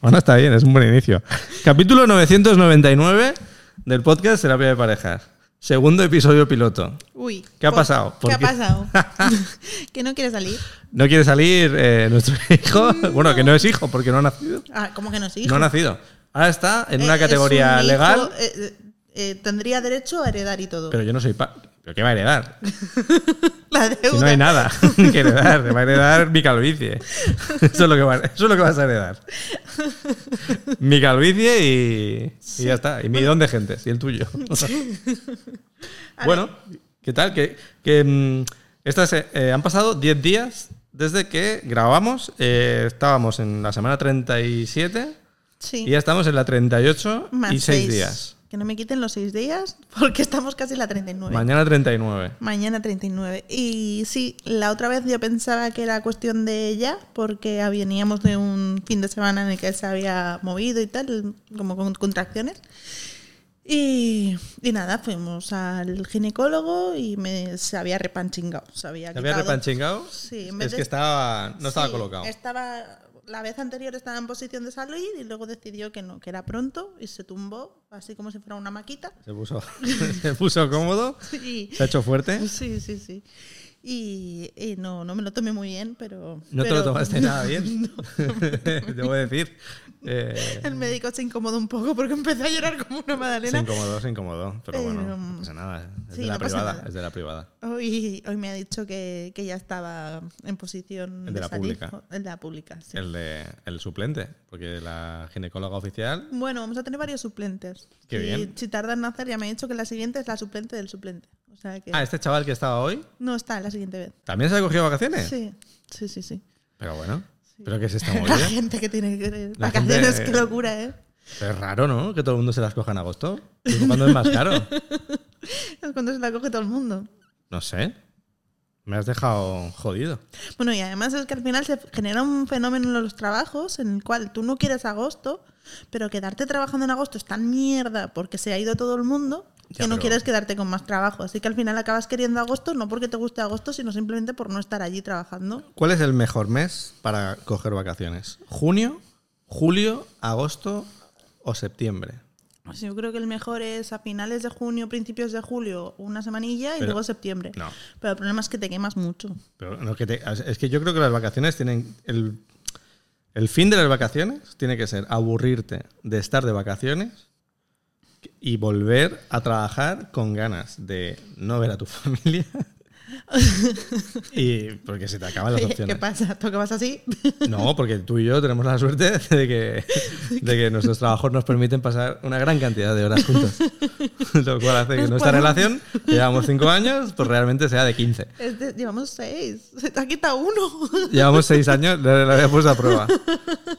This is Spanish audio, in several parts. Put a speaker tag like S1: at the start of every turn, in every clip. S1: bueno, está bien, es un buen inicio. Capítulo 999 del podcast Terapia de Parejas. Segundo episodio piloto.
S2: Uy.
S1: ¿Qué ha
S2: por-
S1: pasado? ¿Por
S2: ¿Qué ha
S1: qué?
S2: pasado? que no quiere salir.
S1: ¿No quiere salir eh, nuestro hijo? Bueno, que no es hijo porque no ha nacido.
S2: Ah, ¿Cómo que no es hijo?
S1: No ha nacido. Ahora está en una
S2: Eh, es
S1: categoría
S2: un hijo,
S1: legal,
S2: eh, eh, eh, tendría derecho a heredar y todo.
S1: pero yo no soy pa- ¿Pero qué va a heredar?
S2: La deuda.
S1: Si no hay nada que heredar, te va a heredar mi calvicie. Eso es lo que, va- eso es lo que vas a heredar. Mi calvicie y, y ya está. Y mi don de gentes y el tuyo. bueno, ¿qué tal? Que, que, mm, estas, eh, eh, han pasado 10 días desde que grabamos. Eh, estábamos en la semana 37
S2: Sí.
S1: y ya estamos en la 38
S2: Más
S1: y 6
S2: seis.
S1: días.
S2: Que no me quiten los seis días porque estamos casi en la 39.
S1: Mañana 39.
S2: Mañana 39. Y sí, la otra vez yo pensaba que era cuestión de ella, porque veníamos de un fin de semana en el que él se había movido y tal, como con contracciones. Y, y nada, fuimos al ginecólogo y me, se había repanchingado. Se había,
S1: ¿Te había
S2: quitado.
S1: repanchingado?
S2: Sí, en vez
S1: es
S2: de-
S1: que estaba, no estaba
S2: Sí,
S1: colocado.
S2: Estaba, la vez anterior estaba en posición de salir y luego decidió que no, que era pronto y se tumbó, así como si fuera una maquita.
S1: Se puso, se puso cómodo,
S2: Y-
S1: se ha hecho fuerte.
S2: Sí, sí, sí. Y, y no, no me lo tomé muy bien, pero...
S1: No te
S2: pero
S1: lo tomaste nada bien. Debo decir. Eh,
S2: El médico se incomodó un poco porque empezó a llorar como una
S1: se
S2: magdalena.
S1: incomodó, se incomodó. Pero bueno, no
S2: Pero,
S1: pasa nada. Es
S2: Eh, mm, sí,
S1: de la
S2: no pasa
S1: privada.
S2: nada.
S1: Es de la privada.
S2: Hoy, hoy me ha dicho que, que ya estaba en posición
S1: El de la
S2: salir.
S1: pública.
S2: El de la pública, sí.
S1: El, de, el suplente, porque la ginecóloga oficial.
S2: Bueno, vamos a tener varios suplentes.
S1: Qué
S2: Y
S1: bien.
S2: Si tardan en hacer, ya me ha dicho que la siguiente es la suplente del suplente. O sea que...
S1: Ah, este chaval que estaba hoy
S2: No está la siguiente vez.
S1: también se ha cogido vacaciones.
S2: Sí, sí, sí, sí.
S1: Pero bueno, Eh. pero que se está
S2: La
S1: moviendo.
S2: gente que tiene que...
S1: La
S2: Vacaciones,
S1: gente-
S2: qué locura, ¿eh?
S1: Pero es raro, ¿no? Que todo el mundo se las coja en agosto. Digo, ¿Cuándo es más caro?
S2: Es cuando se la coge todo el mundo.
S1: No sé. Me has dejado jodido.
S2: Bueno, y además es que al final se genera un fenómeno en los trabajos en el cual tú no quieres agosto, pero quedarte trabajando en agosto es tan mierda porque se ha ido todo el mundo
S1: Ya,
S2: que no
S1: pero-
S2: quieres quedarte con más trabajo. Así que al final acabas queriendo agosto no porque te guste agosto, sino simplemente por no estar allí trabajando.
S1: ¿Cuál es el mejor mes para coger vacaciones? ¿Junio, julio, agosto o septiembre?
S2: Pues yo creo que el mejor es a finales de junio, principios de julio, una semanilla y
S1: Pero-
S2: luego septiembre.
S1: No.
S2: Pero el problema es que te quemas mucho.
S1: Pero no, que te- es que yo creo que las vacaciones tienen... El, el fin de las vacaciones tiene que ser aburrirte de estar de vacaciones y volver a trabajar con ganas de no ver a tu familia. y porque se te acaban las
S2: Oye,
S1: opciones.
S2: ¿Qué pasa? ¿Tocabas así?
S1: No, porque tú y yo tenemos la suerte de que, de que nuestros trabajos nos permiten pasar una gran cantidad de horas juntos. Lo cual hace que
S2: Nos
S1: nuestra
S2: podemos-
S1: relación, que llevamos cinco años, pues realmente sea de 15.
S2: Este- llevamos seis. Se te ha quitado uno.
S1: Llevamos seis años, lo lo había puesto a prueba.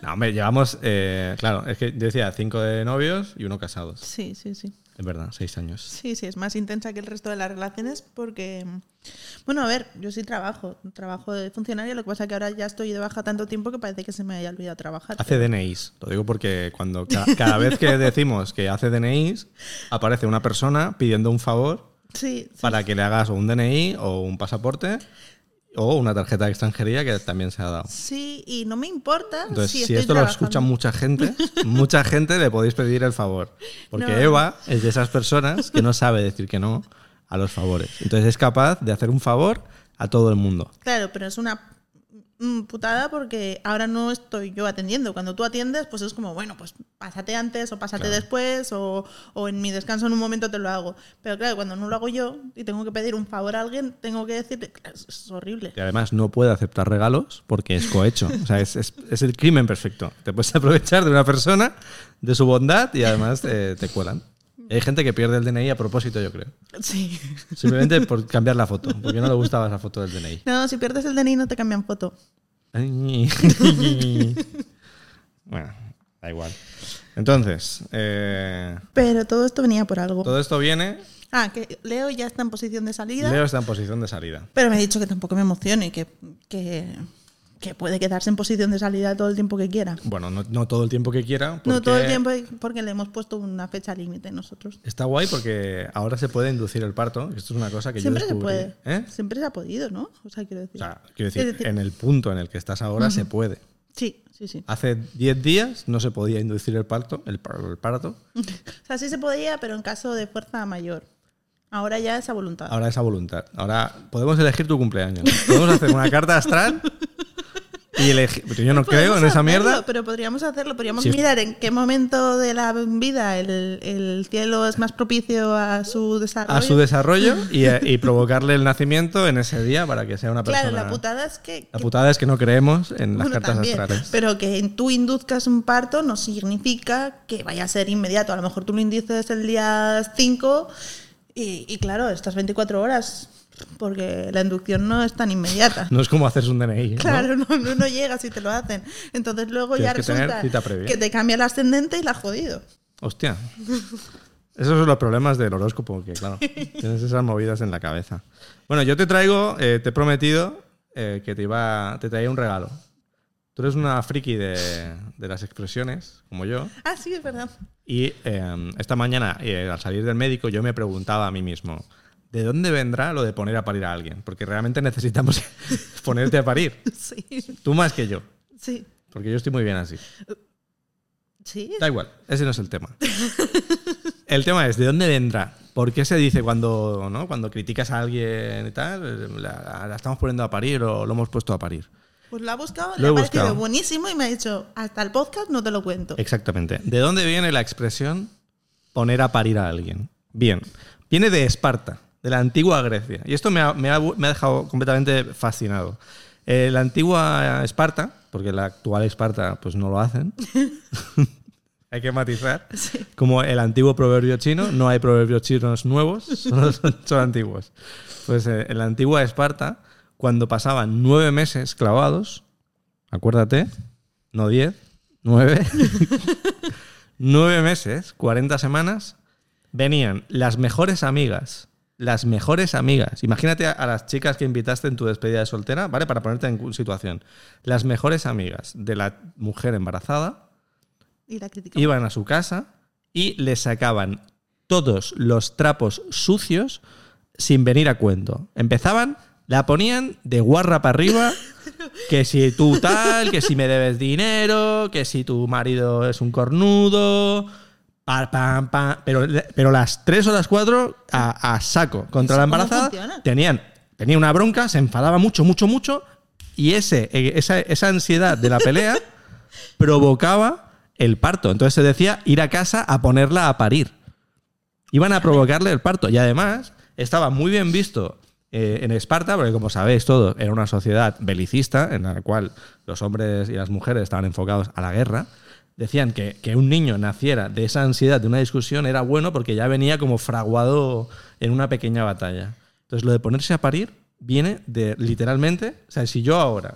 S1: No, hombre, llevamos, eh, claro, es que yo decía cinco de novios y uno casados.
S2: Sí, sí, sí.
S1: Es verdad, seis años.
S2: Sí, sí, es más intensa que el resto de las relaciones porque, bueno, a ver, yo sí trabajo, trabajo de funcionaria, lo que pasa que ahora ya estoy de baja tanto tiempo que parece que se me haya olvidado trabajar.
S1: Hace DNIs, lo digo porque cuando ca- cada vez que decimos que hace DNIs, aparece una persona pidiendo un favor
S2: Sí, sí,
S1: para que le hagas o un DNI o un pasaporte o una tarjeta de extranjería que también se ha dado.
S2: sí, y no me importa
S1: Entonces,
S2: si,
S1: si,
S2: estoy
S1: esto lo
S2: trabajando.
S1: escucha mucha gente, mucha gente le podéis pedir el favor. Porque
S2: No.
S1: Eva es de esas personas que no sabe decir que no a los favores. Entonces es capaz de hacer un favor a todo el mundo.
S2: Claro, pero es una mm, putada porque ahora no estoy yo atendiendo. Cuando tú atiendes, pues es como, bueno, pues pásate antes o pásate
S1: Claro.
S2: después o, o en mi descanso en un momento te lo hago. Pero claro, cuando no lo hago yo y tengo que pedir un favor a alguien, tengo que decirle, claro, es- es horrible.
S1: Y además no puede aceptar regalos porque es cohecho. O sea, es, es- es el crimen perfecto. Te puedes aprovechar de una persona, de su bondad y además eh, te cuelan. Y hay gente que pierde el DNI a propósito, yo creo.
S2: Sí.
S1: Simplemente por cambiar la foto, porque no le gustaba esa foto del DNI.
S2: No, si pierdes el DNI no te cambian foto.
S1: bueno, da igual. Entonces, eh,
S2: Pero todo esto venía por algo.
S1: todo esto viene.
S2: Ah, que Leo ya está en posición de salida.
S1: Leo está en posición de salida.
S2: Pero me ha dicho que tampoco me emocione, que, que, que puede quedarse en posición de salida todo el tiempo que quiera.
S1: Bueno, no, no todo el tiempo que quiera.
S2: No todo el
S1: porque
S2: tiempo, porque le hemos puesto una fecha límite nosotros.
S1: Está guay porque ahora se puede inducir el parto. Esto es una cosa que
S2: Siempre
S1: yo
S2: se
S1: descubrí.
S2: puede.
S1: ¿eh?
S2: Siempre se ha podido, ¿no? O sea, quiero
S1: O
S2: decir.
S1: sea, quiero decir,
S2: Es decir-
S1: en el punto en el que estás ahora se puede.
S2: Sí, sí, sí.
S1: Hace 10 días no se podía inducir el parto, el, par- el parto.
S2: O sea, sí se podía, pero en caso de fuerza mayor. Ahora ya es a voluntad.
S1: Ahora es a voluntad. Ahora podemos elegir tu cumpleaños. Podemos hacer una carta astral y elegir. Porque yo no creo en
S2: Podemos
S1: esa
S2: hacerlo,
S1: mierda.
S2: Pero podríamos hacerlo, podríamos
S1: Sí.
S2: mirar en qué momento de la vida el, el cielo es más propicio a su desarrollo.
S1: a su desarrollo y, eh, y provocarle el nacimiento en ese día para que sea una persona.
S2: Claro, la putada es que...
S1: La
S2: que-
S1: putada es que no creemos en las
S2: bueno,
S1: cartas
S2: también,
S1: astrales.
S2: pero que tú induzcas un parto no significa que vaya a ser inmediato. A lo mejor tú lo induces el día 5 y, y claro, estas 24 horas, porque la inducción no es tan inmediata.
S1: No es como hacerse un DNI. ¿no?
S2: Claro, no, no, no llega si te lo hacen. Entonces luego
S1: Tienes
S2: ya
S1: que tener
S2: resulta
S1: cita previa.
S2: que te cambia el ascendente y la has jodido.
S1: Hostia. Esos son los problemas del horóscopo, que claro, tienes esas movidas en la cabeza. Bueno, yo te traigo, eh, te he prometido eh, que te iba, te traía un regalo. Tú eres una friki de, de las expresiones, como yo,
S2: Ah, sí, es verdad.
S1: y eh, esta mañana, eh, al salir del médico, yo me preguntaba a mí mismo, ¿de dónde vendrá lo de poner a parir a alguien? Porque realmente necesitamos ponerte a parir,
S2: Sí,
S1: tú más que yo,
S2: sí,
S1: porque yo estoy muy bien así.
S2: sí.
S1: Da igual, ese no es el tema. El tema es, ¿de dónde vendrá? ¿Por qué se dice cuando, ¿no? cuando criticas a alguien y tal, Eh, la, la estamos poniendo a parir o lo hemos puesto a parir?
S2: Pues lo ha buscado,
S1: Lo
S2: le
S1: he
S2: ha parecido
S1: buscado.
S2: buenísimo y me ha dicho, hasta el podcast no te lo cuento.
S1: Exactamente. ¿De dónde viene la expresión poner a parir a alguien? Bien, viene de Esparta, de la antigua Grecia. Y esto me ha, me ha- me ha dejado completamente fascinado. Eh, la antigua Esparta, porque la actual Esparta pues no lo hacen, hay que matizar, como el antiguo proverbio chino, no hay proverbios chinos nuevos, solo son, son antiguos. Pues eh, en la antigua Esparta, cuando pasaban nueve meses clavados, acuérdate, no diez, nueve, nueve meses, 40 semanas, venían las mejores amigas. Las mejores amigas. Imagínate a, a las chicas que invitaste en tu despedida de soltera, ¿vale? Para ponerte en cu- situación. Las mejores amigas de la mujer embarazada
S2: Y la crítica.
S1: iban a su casa y le sacaban todos los trapos sucios sin venir a cuento. Empezaban, la ponían de guarra para arriba, que si tú tal, que si me debes dinero, que si tu marido es un cornudo, pa, pam, pam. Pero, pero las tres o las cuatro a, a saco contra
S2: ¿Eso
S1: la
S2: cómo
S1: embarazada
S2: funciona?
S1: tenían, tenía una bronca, se enfadaba mucho, mucho, mucho, y ese, eh, esa, esa ansiedad de la pelea provocaba el parto. Entonces se decía ir a casa a ponerla a parir. Iban a provocarle el parto. Y además estaba muy bien visto eh, en Esparta, porque como sabéis todos, era una sociedad belicista en la cual los hombres y las mujeres estaban enfocados a la guerra. Decían que, que un niño naciera de esa ansiedad de una discusión era bueno porque ya venía como fraguado en una pequeña batalla. Entonces lo de ponerse a parir viene de literalmente, o sea, si yo ahora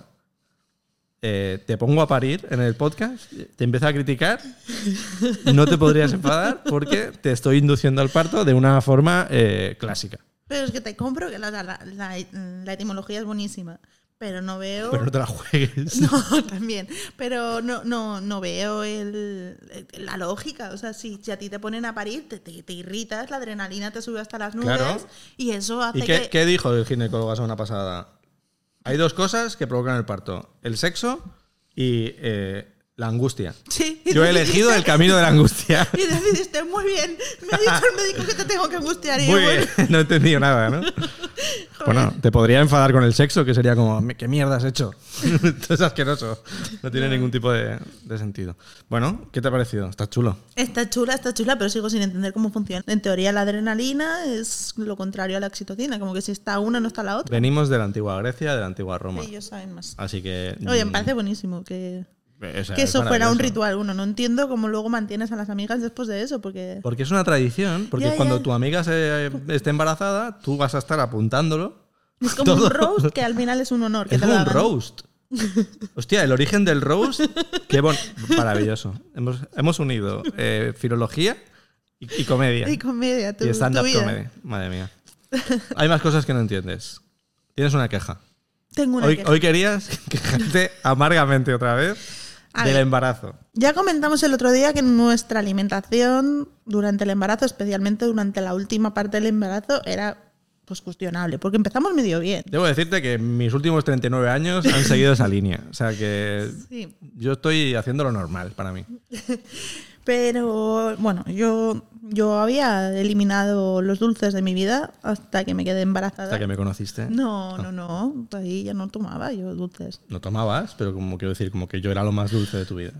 S1: eh, te pongo a parir en el podcast, te empiezo a criticar, no te podrías enfadar porque te estoy induciendo al parto de una forma eh, clásica.
S2: Pero es que te compro que la, la- la- la etimología es buenísima, pero no veo...
S1: Pero no te la juegues.
S2: No, también. Pero no, no, no veo el, el- la lógica. O sea, si, si a ti te ponen a parir, te, te- te irritas, la adrenalina te sube hasta las nubes
S1: Claro.
S2: y eso hace
S1: ¿Y
S2: que...
S1: qué, qué dijo el ginecólogo la semana pasada? Hay dos cosas que provocan el parto: el sexo y eh, la angustia.
S2: Sí, y
S1: Yo he elegido el camino de la angustia.
S2: Y decidiste, muy bien, me ha dicho el médico que te tengo que angustiar. Y yo,
S1: Muy bien,
S2: bueno,
S1: no he entendido nada, ¿no?
S2: joder.
S1: Bueno, te podría enfadar con el sexo, que sería como, "Me- ¿qué mierda has hecho? Esto es asqueroso. No tiene ningún tipo de, de sentido. Bueno, ¿qué te ha parecido? Está chulo.
S2: Está chula, está chula, pero sigo sin entender cómo funciona. En teoría, la adrenalina es lo contrario a la oxitocina, como que si está una, no está la otra.
S1: Venimos de la antigua Grecia, de la antigua Roma.
S2: Ellos saben más.
S1: Así que.
S2: Oye, me parece buenísimo que,
S1: mm, o sea,
S2: que
S1: es
S2: eso fuera un
S1: maravilloso.
S2: ritual. Uno, no entiendo cómo luego mantienes a las amigas después de eso, porque.
S1: Porque es una tradición, porque
S2: Ya,
S1: cuando
S2: ya.
S1: tu amiga se- esté embarazada, tú vas a estar apuntándolo.
S2: Es como
S1: Todo.
S2: un roast que al final es un honor. Que
S1: Es
S2: te lo
S1: un
S2: hagan.
S1: roast. Hostia, el origen del roast, qué bon- maravilloso. Hemos, hemos unido eh, filología y, y comedia.
S2: Y comedia, tu,
S1: y
S2: tu
S1: stand-up
S2: vida.
S1: comedy. Madre mía. Hay más cosas que no entiendes. Tienes una queja.
S2: Tengo una
S1: Hoy,
S2: queja.
S1: hoy querías quejarte amargamente otra vez
S2: A
S1: del
S2: ver.
S1: embarazo.
S2: Ya comentamos el otro día que nuestra alimentación durante el embarazo, especialmente durante la última parte del embarazo, era pues cuestionable, porque empezamos medio bien.
S1: Debo decirte que mis últimos 39 años han seguido esa línea. O sea que
S2: Sí.
S1: yo estoy haciendo lo normal para mí.
S2: Pero bueno, yo, yo había eliminado los dulces de mi vida hasta que me quedé embarazada.
S1: Hasta que me Ah. conociste.
S2: No, no, no. Ahí ya no tomaba yo dulces.
S1: No tomabas, pero como quiero decir, como que yo era lo más dulce de tu vida.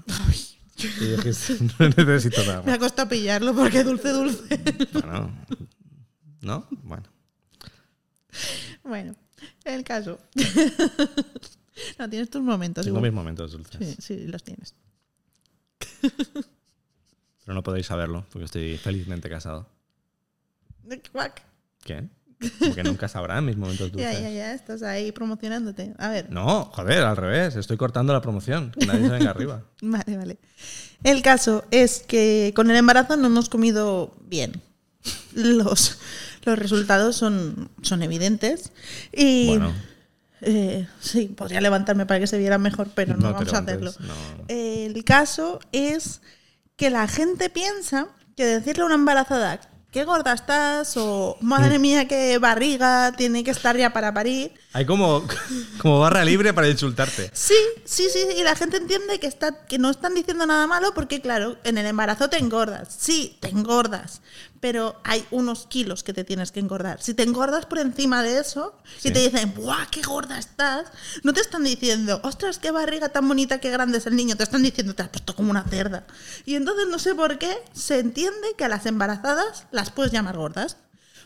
S1: Y dijiste, no necesito nada
S2: Me
S1: más".
S2: ha costado pillarlo porque dulce, dulce.
S1: Bueno, ¿No? Bueno.
S2: bueno, el caso. no, tienes tus momentos.
S1: Tengo
S2: igual.
S1: mis momentos dulces.
S2: Sí, sí, los tienes.
S1: Pero no podéis saberlo, porque estoy felizmente casado.
S2: Cuac.
S1: ¿Qué? Porque nunca sabrán mis momentos
S2: Ya,
S1: dulces.
S2: ya, ya, estás ahí promocionándote. A ver,
S1: No, joder, al revés. Estoy cortando la promoción. Que nadie se venga arriba.
S2: vale, vale. El caso es que con el embarazo no hemos comido bien. Los, los resultados son, son evidentes. Y
S1: Bueno,
S2: eh, sí, podría levantarme para que se viera mejor, pero no,
S1: no te
S2: vamos a hacerlo.
S1: levantes, no.
S2: El caso es que la gente piensa que decirle a una embarazada qué gorda estás o
S1: Mm.
S2: madre mía qué barriga tiene que estar ya para parir.
S1: Hay como, como barra libre para insultarte.
S2: Sí, sí, sí, y la gente entiende que, está, que no están diciendo nada malo porque, claro, en el embarazo te engordas. Sí, te engordas, pero hay unos kilos que te tienes que engordar. Si te engordas por encima de eso
S1: Sí.
S2: y te dicen, ¡buah, qué gorda estás! No te están diciendo, ¡ostras, qué barriga tan bonita, qué grande es el niño! Te están diciendo, te has puesto como una cerda. Y entonces no sé por qué se entiende que a las embarazadas las puedes llamar gordas.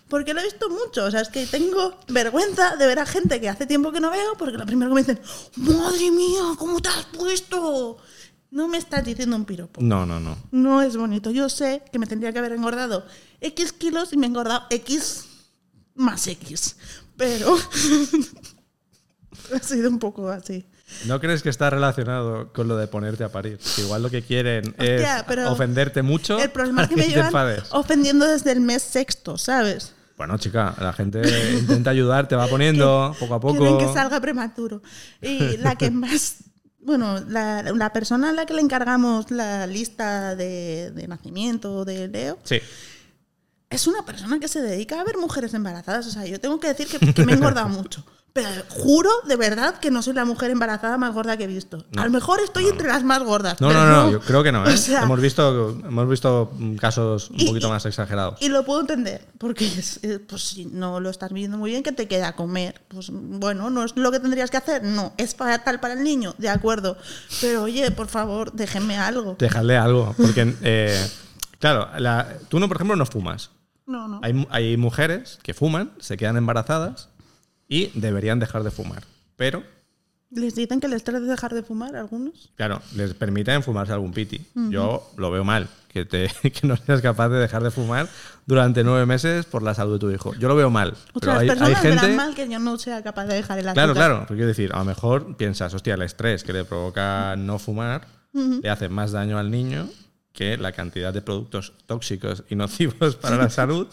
S2: Porque lo he visto mucho, o sea, es que tengo vergüenza de ver a gente que hace tiempo que no veo, porque lo primero que me dicen, madre mía, ¿cómo te has puesto? No me estás diciendo un piropo.
S1: No, no, no.
S2: No es bonito. Yo sé que me tendría que haber engordado X kilos y me he engordado X más X. Pero ha sido un poco así.
S1: ¿No crees que está relacionado con lo de ponerte a parir? Que igual lo que quieren es
S2: Hostia, pero
S1: ofenderte mucho
S2: El problema es que
S1: para
S2: me
S1: te
S2: llevan Oh.
S1: enfades.
S2: ofendiendo desde el mes sexto, ¿sabes?
S1: Bueno, chica, la gente intenta ayudar, te va poniendo poco a
S2: Quieren
S1: poco.
S2: que salga prematuro. Y la que más. Bueno, la, la persona a la que le encargamos la lista de, de nacimiento de Leo
S1: Sí.
S2: es una persona que se dedica a ver mujeres embarazadas. O sea, yo tengo que decir que, que me he engordado mucho. Pero juro de verdad que no soy la mujer embarazada más gorda que he visto.
S1: No,
S2: a lo mejor estoy entre las más gordas.
S1: No,
S2: pero
S1: no, no, yo creo que no. ¿eh?
S2: O sea,
S1: hemos, visto, hemos visto casos un
S2: Y-
S1: poquito
S2: y-
S1: más exagerados.
S2: Y lo puedo entender, porque es- eh, pues, si no lo estás viviendo muy bien, que te queda a comer? Pues bueno, no es lo que tendrías que hacer, no, es para tal para el niño, de acuerdo. Pero oye, por favor, déjenme algo.
S1: Dejadle algo, porque, eh, claro, la- tú, no, por ejemplo, no fumas.
S2: No, no.
S1: Hay, mu- hay mujeres que fuman, se quedan embarazadas y deberían dejar de fumar. Pero,
S2: ¿Les dicen que les traes de dejar de fumar a algunos?
S1: claro, les permiten fumarse algún piti. Yo lo veo mal, que, te- que no seas capaz de dejar de fumar durante nueve meses por la salud de tu hijo. Yo lo veo mal. Pero
S2: Otras
S1: hay, hay
S2: personas verán
S1: gente...
S2: mal que yo no sea capaz de dejar el
S1: Claro,
S2: azúcar.
S1: claro. porque Quiero decir, a lo mejor piensas, hostia, el estrés que le provoca no fumar le hace más daño al niño que la cantidad de productos tóxicos y nocivos para la salud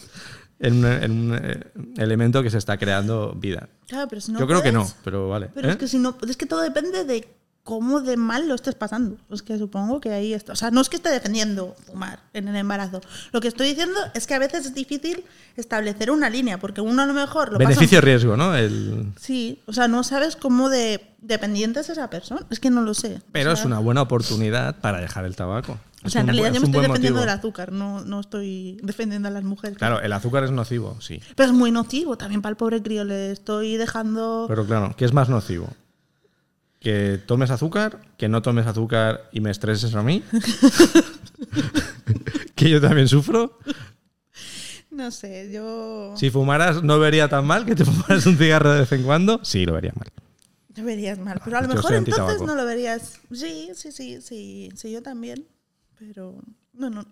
S1: en un, en un, eh, elemento que se está creando vida.
S2: Claro, Ah, pero si no
S1: Yo creo que no,
S2: puedes-
S1: pero vale.
S2: Pero
S1: ¿Eh?
S2: es que si no, es que todo depende de cómo de mal lo estés pasando. Es que supongo que ahí está. O sea, no es que esté defendiendo fumar en el embarazo. Lo que estoy diciendo es que a veces es difícil establecer una línea, porque uno a lo mejor lo pasa.
S1: Beneficio-riesgo, ¿no? El-
S2: Sí, o sea, no sabes cómo de dependiente es esa persona. Es que no lo sé.
S1: Pero
S2: o
S1: es
S2: sea,
S1: una buena oportunidad para dejar el tabaco.
S2: O
S1: Es
S2: sea, en
S1: un bu-
S2: realidad
S1: es
S2: yo me
S1: un
S2: estoy
S1: buen
S2: defendiendo
S1: motivo.
S2: del azúcar, no, no estoy defendiendo a las mujeres.
S1: Claro, el azúcar es nocivo, sí.
S2: Pero es muy nocivo también para el pobre crío. Le estoy dejando.
S1: Pero claro, ¿qué es más nocivo? ¿Que tomes azúcar? ¿Que no tomes azúcar y me estreses a mí? ¿Que yo también sufro?
S2: No sé, yo.
S1: Si fumaras, ¿no vería tan mal que te fumaras un cigarro de vez en cuando? Sí, lo vería mal.
S2: Lo verías mal, pero a
S1: Ah,
S2: lo
S1: yo
S2: mejor
S1: soy
S2: entonces
S1: antitabaco.
S2: no lo verías. Sí, sí, sí, sí, sí, yo también, pero no, no,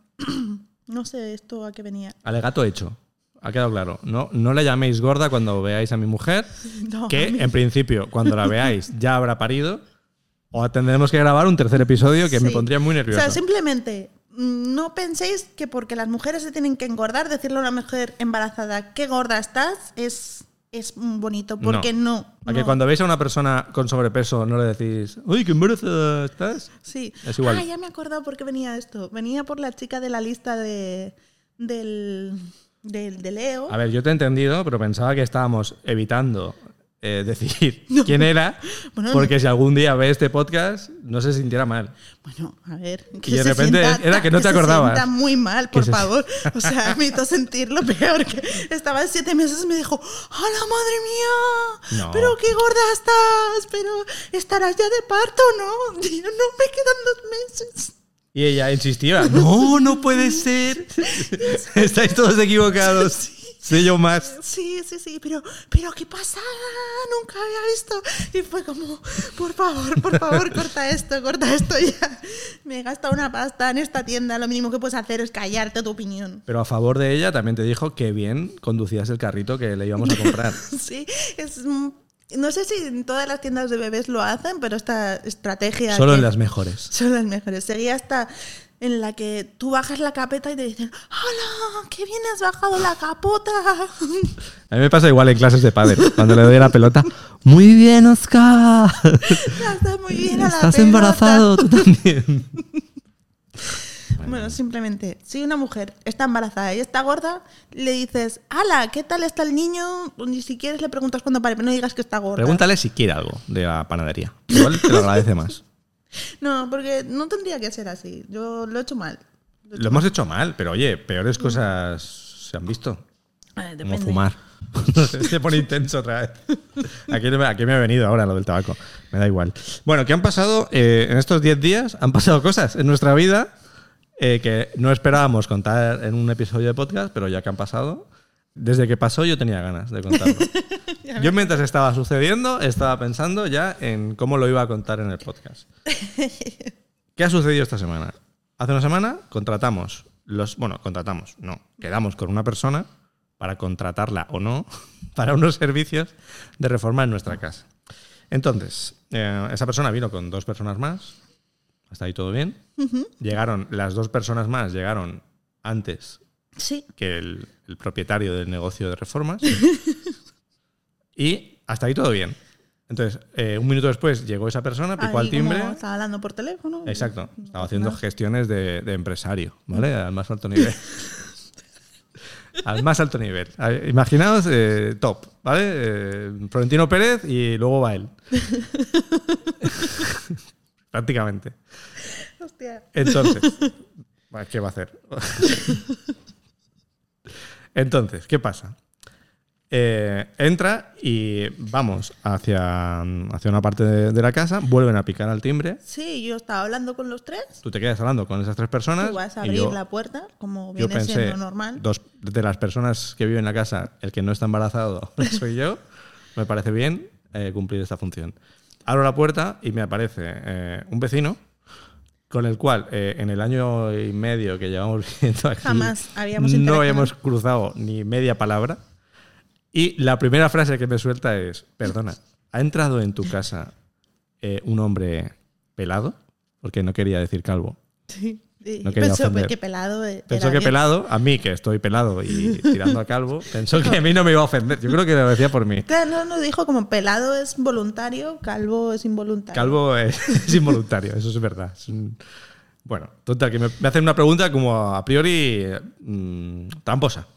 S2: no sé esto a qué venía.
S1: Alegato hecho. Ha quedado claro. No, no le llaméis gorda cuando veáis a mi mujer,
S2: No,
S1: que
S2: a mí-
S1: en principio, cuando la veáis, ya habrá parido. O tendremos que grabar un tercer episodio que me
S2: sí.
S1: pondría muy nervioso.
S2: O sea, simplemente mm, no penséis que porque las mujeres se tienen que engordar, decirle a una mujer embarazada qué gorda estás es, es mm, bonito, porque no.
S1: A que
S2: no.
S1: cuando veis a una persona con sobrepeso no le decís, uy, qué embarazada estás.
S2: Sí.
S1: Es igual.
S2: Ah, ya me he acordado por qué venía esto. Venía por la chica de la lista de, del, Del de Leo.
S1: A ver, yo te he entendido, pero pensaba que estábamos evitando eh, decir quién era,
S2: Bueno,
S1: porque si algún día ve este podcast, no se sintiera mal.
S2: Bueno, a ver.
S1: Y de repente era que no te
S2: Se
S1: acordabas.
S2: sienta muy mal, por
S1: se-
S2: favor. O sea, me hizo sentir lo peor. Que estaba siete meses y me dijo: ¡Hola, madre mía!
S1: No.
S2: ¡Pero qué gorda estás! ¡Pero estarás ya de parto, no! Y yo, no, me quedan dos meses.
S1: Y ella insistía, no, no puede ser. Estáis todos equivocados. Sé yo más.
S2: Sí, sí, sí, pero, pero qué pasada, nunca había visto. Y fue como, por favor, por favor, corta esto, corta esto ya. Me he gastado una pasta en esta tienda, lo mínimo que puedes hacer es callarte tu opinión.
S1: Pero a favor de ella también te dijo que bien conducías el carrito que le íbamos a comprar.
S2: Sí, es... mm, No sé si en todas las tiendas de bebés lo hacen, pero esta estrategia...
S1: Solo
S2: que-
S1: en las mejores.
S2: Son las mejores. Sería hasta en la que tú bajas la capeta y te dicen, ¡Hola! ¡Qué bien has bajado la capota!
S1: A mí me pasa igual en clases de pádel, cuando le doy la pelota. Muy bien, Oscar.
S2: Estás muy bien a la
S1: Estás
S2: pelota".
S1: embarazado tú también.
S2: Bueno, simplemente, si una mujer está embarazada y está gorda, le dices, ¡Hala! ¿Qué tal está el niño? Ni si quieres le preguntas cuándo pare, pero no digas que está gorda.
S1: Pregúntale si quiere algo de la panadería. Igual te lo agradece más.
S2: No, porque no tendría que ser así. Yo lo he hecho mal.
S1: Lo hemos hecho mal, pero oye, peores cosas se han visto.
S2: Eh,
S1: Como
S2: depende.
S1: fumar. No sé, se pone intenso otra vez. ¿A qué, me- a qué me ha venido ahora lo del tabaco? Me da igual. Bueno, que han pasado, eh, en estos 10 días, han pasado cosas en nuestra vida eh, que no esperábamos contar en un episodio de podcast, pero ya que han pasado, desde que pasó yo tenía ganas de contarlo. yo mientras estaba sucediendo, estaba pensando ya en cómo lo iba a contar en el podcast. ¿Qué ha sucedido esta semana? Hace una semana contratamos los. Bueno, contratamos, no. Quedamos con una persona para contratarla o no para unos servicios de reforma en nuestra casa. Entonces, eh, esa persona vino con dos personas más. Hasta ahí todo bien. Llegaron, las dos personas más llegaron antes
S2: Sí.
S1: que el, el propietario del negocio de reformas. y hasta ahí todo bien. Entonces, eh, un minuto después llegó esa persona, picó al
S2: Ahí como
S1: timbre.
S2: Estaba hablando por teléfono.
S1: Exacto.
S2: No
S1: Estaba
S2: pasa
S1: haciendo
S2: nada.
S1: gestiones de, de empresario, ¿vale? Al más alto nivel. Al más alto nivel. A ver, Imaginaos eh, top, ¿vale? Eh, Florentino Pérez y luego va él. Prácticamente.
S2: Hostia.
S1: Entonces, va, ¿qué va a hacer? Entonces, ¿qué pasa? Eh, entra y vamos hacia, hacia una parte de- de la casa, vuelven a picar al timbre.
S2: Sí, yo estaba hablando con los tres.
S1: tú te quedas hablando con esas tres personas.
S2: Tú vas a
S1: Ah, y
S2: abrir
S1: yo,
S2: la puerta, como
S1: yo
S2: viene
S1: pensé,
S2: siendo normal.
S1: dos de las personas que viven en la casa, el que no está embarazado soy yo, me parece bien eh, cumplir esta función. Abro la puerta y me aparece eh, un vecino con el cual eh, en el año y medio que llevamos viviendo aquí
S2: Jamás habíamos
S1: no
S2: interaccionado.
S1: habíamos cruzado ni media palabra. Y la primera frase que me suelta es, perdona, ¿ha entrado en tu casa eh, un hombre pelado? Porque no quería decir calvo.
S2: Sí. Y
S1: No quería
S2: pensó
S1: ofender.
S2: que pelado. eh,
S1: Pensó
S2: era
S1: que
S2: bien.
S1: pelado, a mí que estoy pelado y tirando a calvo, pensó que a mí no me iba a ofender. Yo creo que lo decía por mí.
S2: Claro, no, no dijo como pelado es voluntario, calvo es involuntario.
S1: Calvo es, es involuntario, eso es verdad. Es un- Bueno, total, que me, me hacen una pregunta como a priori mm, tramposa.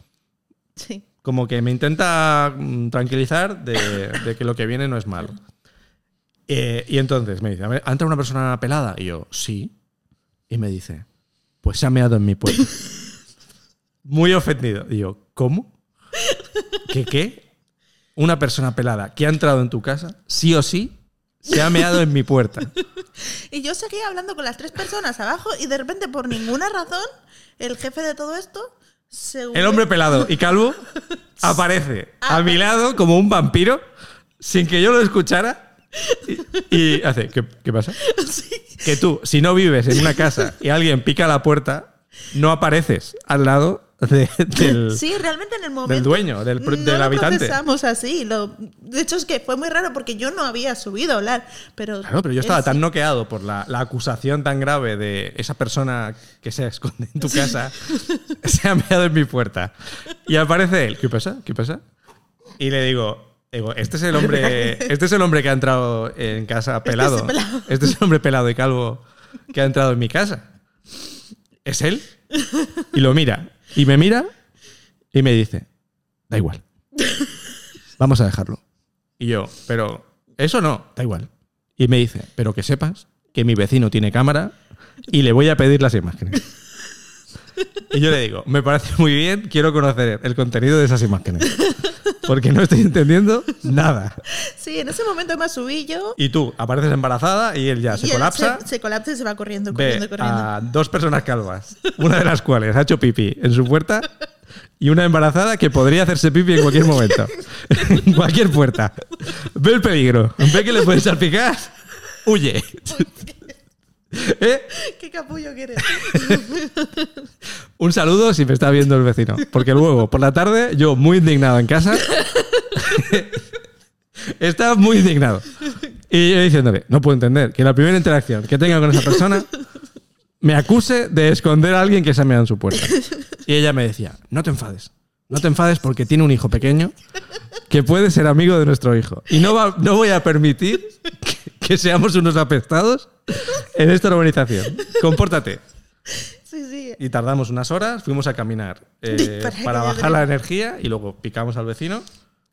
S2: Sí.
S1: Como que me intenta mm, tranquilizar de, de que lo que viene no es malo. Eh, y entonces me dice, a ver, ¿ha entrado una persona pelada? Y yo, sí. Y me dice, pues se ha meado en mi pueblo. Muy ofendido. Y yo, ¿cómo? ¿Qué qué? Una persona pelada que ha entrado en tu casa, sí o sí, se ha meado en mi puerta.
S2: Y yo seguía hablando con las tres personas abajo y de repente, por ninguna razón, el jefe de todo esto se...
S1: El hombre pelado y calvo aparece a mi lado como un vampiro sin que yo lo escuchara y, y hace, ¿qué, qué pasa? Que tú, si no vives en una casa y alguien pica la puerta, no apareces al lado de- del...
S2: Sí, realmente en el momento...
S1: dueño, del pro-
S2: no
S1: del
S2: lo
S1: habitante.
S2: procesamos así. lo- de hecho, es que fue muy raro porque yo no había subido a hablar, pero...
S1: Claro, pero yo estaba
S2: él
S1: tan
S2: sí.
S1: noqueado por la, la acusación tan grave de esa persona que se esconde en tu casa, se ha meado en mi puerta. Y aparece él. ¿Qué pasa? ¿Qué pasa? Y le digo, digo, este es el hombre, este es el hombre que ha entrado en casa
S2: es
S1: pelado.
S2: el pelado.
S1: Este es el hombre pelado y calvo que ha entrado en mi casa. ¿Es él? Y lo mira. Y me mira Y me dice, da igual. Vamos a dejarlo. Y yo, pero eso no, da igual. Y me dice, pero que sepas que mi vecino tiene cámara y le voy a pedir las imágenes. Y yo le digo, me parece muy bien, quiero conocer el contenido de esas imágenes. Porque no estoy entendiendo nada.
S2: Sí, en ese momento me subí yo.
S1: Y tú apareces embarazada y él ya se
S2: y él
S1: colapsa.
S2: Se, se colapsa y se va corriendo,
S1: ve ah.
S2: corriendo, corriendo.
S1: a dos personas calvas, una de las cuales ha hecho pipí en su puerta y una embarazada que podría hacerse pipí en cualquier momento, en cualquier puerta. Ve el peligro, ve que le puedes salpicar, huye. ¿Eh?
S2: Qué capullo que eres.
S1: Un saludo si me está viendo el vecino, porque luego por la tarde yo muy indignado en casa, estaba muy indignado y yo diciéndole, no puedo entender que la primera interacción que tenga con esa persona me acuse de esconder a alguien que se ha meado en su puerta. Y ella me decía, no te enfades. No te enfades porque tiene un hijo pequeño que puede ser amigo de nuestro hijo. Y no, va- no voy a permitir que, que seamos unos apestados en esta urbanización. Compórtate.
S2: Sí, sí.
S1: Y tardamos unas horas, fuimos a caminar eh,
S2: Para que
S1: para
S2: yo
S1: bajar
S2: creo.
S1: la energía y luego picamos al vecino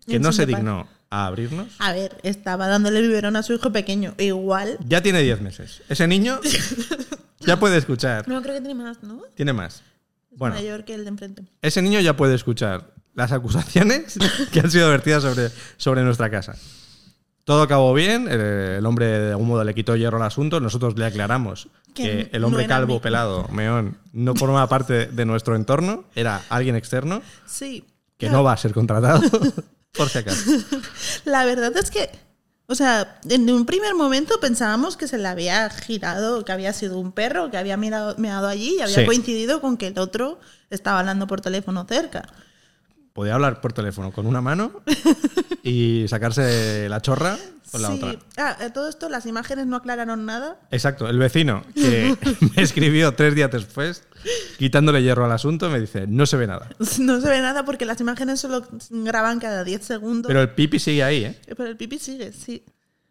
S1: que
S2: En
S1: no
S2: su
S1: se
S2: depa-
S1: dignó a abrirnos.
S2: A ver, estaba dándole biberón a su hijo pequeño. Igual.
S1: Ya tiene 10 meses. Ese niño ya puede escuchar.
S2: No, creo que tiene más, ¿no?
S1: Tiene más.
S2: Es
S1: Bueno,
S2: mayor que el de enfrente.
S1: ese niño ya puede escuchar las acusaciones que han sido vertidas sobre, sobre nuestra casa. Todo acabó bien, eh, el hombre de algún modo le quitó hierro al asunto, nosotros le aclaramos que,
S2: Que
S1: el hombre
S2: no era
S1: calvo,
S2: mi-
S1: pelado, meón, no formaba parte de nuestro entorno, era alguien externo
S2: Sí.
S1: que no va a ser contratado, por si acaso.
S2: La verdad es que, o sea, en un primer momento pensábamos que se le había girado, que había sido un perro, que había mirado, meado allí y había
S1: Sí.
S2: coincidido con que el otro estaba hablando por teléfono cerca.
S1: Podía hablar por teléfono con una mano y sacarse la chorra con la
S2: sí.
S1: otra.
S2: Ah, eh, todo esto, las imágenes no aclararon nada.
S1: Exacto, el vecino que me escribió tres días después, quitándole hierro al asunto, me dice, no se ve nada.
S2: No se ve nada porque las imágenes solo graban cada 10 segundos.
S1: Pero el pipi sigue ahí, ¿eh?
S2: Eh, Pero el pipí sigue, sí.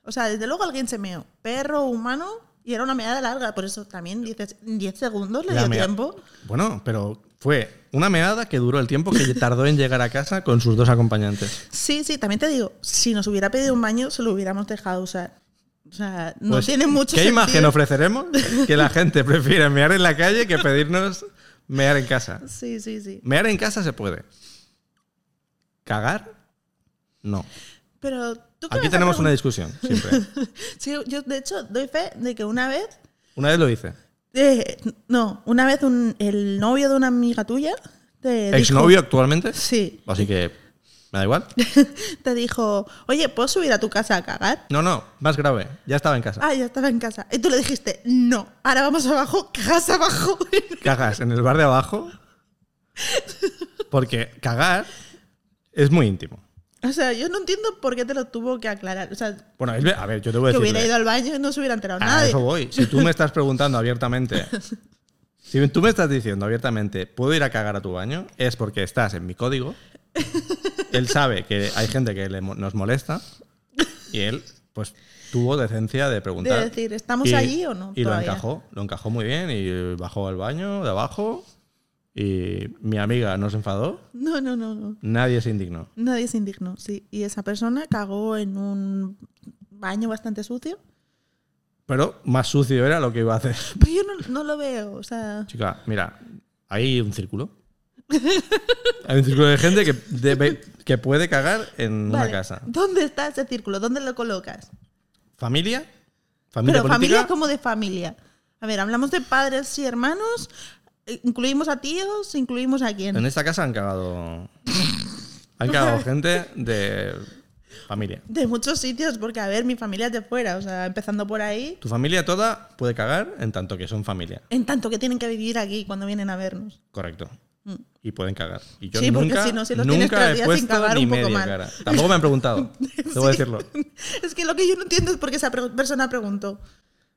S2: O sea, desde luego alguien se meó. Perro, humano, y era una meada larga. Por eso también dices, 10 segundos le
S1: La
S2: dio
S1: mea-
S2: tiempo.
S1: Bueno, pero fue una meada que duró el tiempo que tardó en llegar a casa con sus dos acompañantes.
S2: Sí, sí, también te digo, si nos hubiera pedido un baño, se lo hubiéramos dejado usar. O sea, no
S1: Pues,
S2: tiene mucho
S1: ¿Qué
S2: sentido.
S1: imagen ofreceremos? Que la gente prefiere mear en la calle que pedirnos mear en casa.
S2: Sí, sí, sí.
S1: Mear en casa se puede. ¿Cagar? No.
S2: Pero tú qué
S1: Aquí
S2: vas a
S1: tenemos una
S2: preguntar?
S1: discusión, siempre.
S2: Sí, yo de hecho doy fe de que una vez
S1: Una vez lo hice.
S2: eh, no, una vez un- el novio de una amiga tuya te dijo-
S1: ¿Exnovio actualmente?
S2: Sí,
S1: Así que me da igual.
S2: te dijo, "Oye, ¿puedo subir a tu casa a cagar?"
S1: No, no, más grave. Ya estaba en casa.
S2: Ah, ya estaba en casa. Y tú le dijiste, "No, ahora vamos abajo, cagas abajo."
S1: Cagas en el bar de abajo. Porque cagar es muy íntimo.
S2: o sea, yo no entiendo por qué te lo tuvo que aclarar, o sea,
S1: Bueno, él ve- a ver, yo te voy a
S2: que
S1: decir.
S2: hubiera ido al baño y no se hubiera enterado
S1: a
S2: nadie.
S1: Ah, eso voy. Si tú me estás preguntando abiertamente. Si tú me estás diciendo abiertamente, ¿puedo ir a cagar a tu baño? Es porque estás en mi código. Él sabe que hay gente que le mo- nos molesta. Y él, pues, tuvo decencia de preguntar.
S2: De decir, ¿estamos
S1: Y-
S2: allí o no?
S1: Y
S2: todavía?
S1: lo encajó, lo encajó muy bien y bajó al baño de abajo y mi amiga no se enfadó,
S2: No, no, no, no.
S1: nadie se indignó.
S2: Nadie se indignó, sí. Y esa persona cagó en un baño bastante sucio.
S1: Pero más sucio era lo que iba a hacer.
S2: Pero yo no, no lo veo, o sea...
S1: Chica, mira, hay un círculo. Hay un círculo de gente que, debe- que puede cagar en
S2: vale,
S1: una casa.
S2: ¿Dónde está ese círculo? ¿Dónde lo colocas?
S1: Familia, familia
S2: Pero familia
S1: política,
S2: como de familia. A ver, hablamos de padres y hermanos, eh, incluimos a tíos, incluimos a quién.
S1: en e- esta casa han cagado han cagado gente de familia.
S2: De muchos sitios, porque a ver, mi familia es de fuera, o sea, empezando por ahí,
S1: Tu familia toda puede cagar en tanto que son familia.
S2: en tanto que tienen que vivir aquí cuando vienen a vernos.
S1: Correcto.
S2: Mm.
S1: Y pueden cagar. Y yo
S2: Sí, porque
S1: nunca,
S2: si no, si los tienes
S1: nunca
S2: tres
S1: he
S2: días sin
S1: puesto
S2: cagar,
S1: ni
S2: un poco
S1: media
S2: mal.
S1: cara. Tampoco me han preguntado. Debo
S2: Sí.
S1: decirlo.
S2: Es que lo que yo no entiendo es por qué esa pre- persona preguntó.